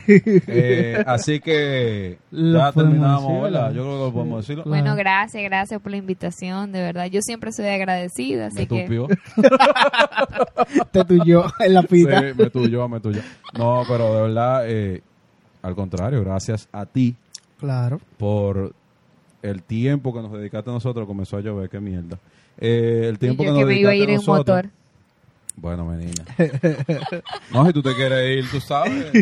Eh, así que
Lo
ya
podemos
terminamos,
decir,
¿verdad?
¿verdad?
Yo creo que lo podemos
Sí,
decirlo.
claro.
Bueno, gracias, gracias por la invitación. De verdad, yo siempre soy agradecida.
Me
Así que.
tupió.
Te tuyo en la
Sí,
pita.
me tuyo, me tuyo. No, pero de verdad, eh, al contrario, gracias a ti
Claro.
por el tiempo que nos dedicaste a nosotros. Comenzó a llover, qué mierda. Eh, el
Y
tiempo
yo
que nos
que me iba a ir
dedicaste a
en
nosotros.
motor.
Bueno, menina. No, si tú te quieres ir, tú sabes.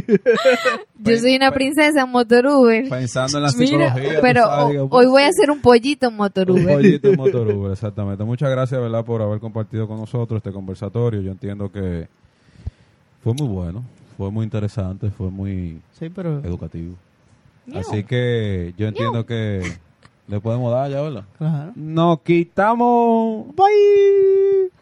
Yo soy una princesa en motor Uber.
Pensando en Pues, la
Mira,
psicología.
pero oh,
tú sabes,
ho-
digo, pues,
hoy voy a hacer un pollito en motor
Un
Uber.
pollito en motor Uber, exactamente. Muchas gracias, ¿verdad?, por haber compartido con nosotros este conversatorio. Yo entiendo que fue muy bueno, fue muy interesante, fue muy
Sí, pero
educativo.
Miau.
Así que yo entiendo que le podemos dar ya, ¿verdad?
claro.
Nos quitamos.
Bye.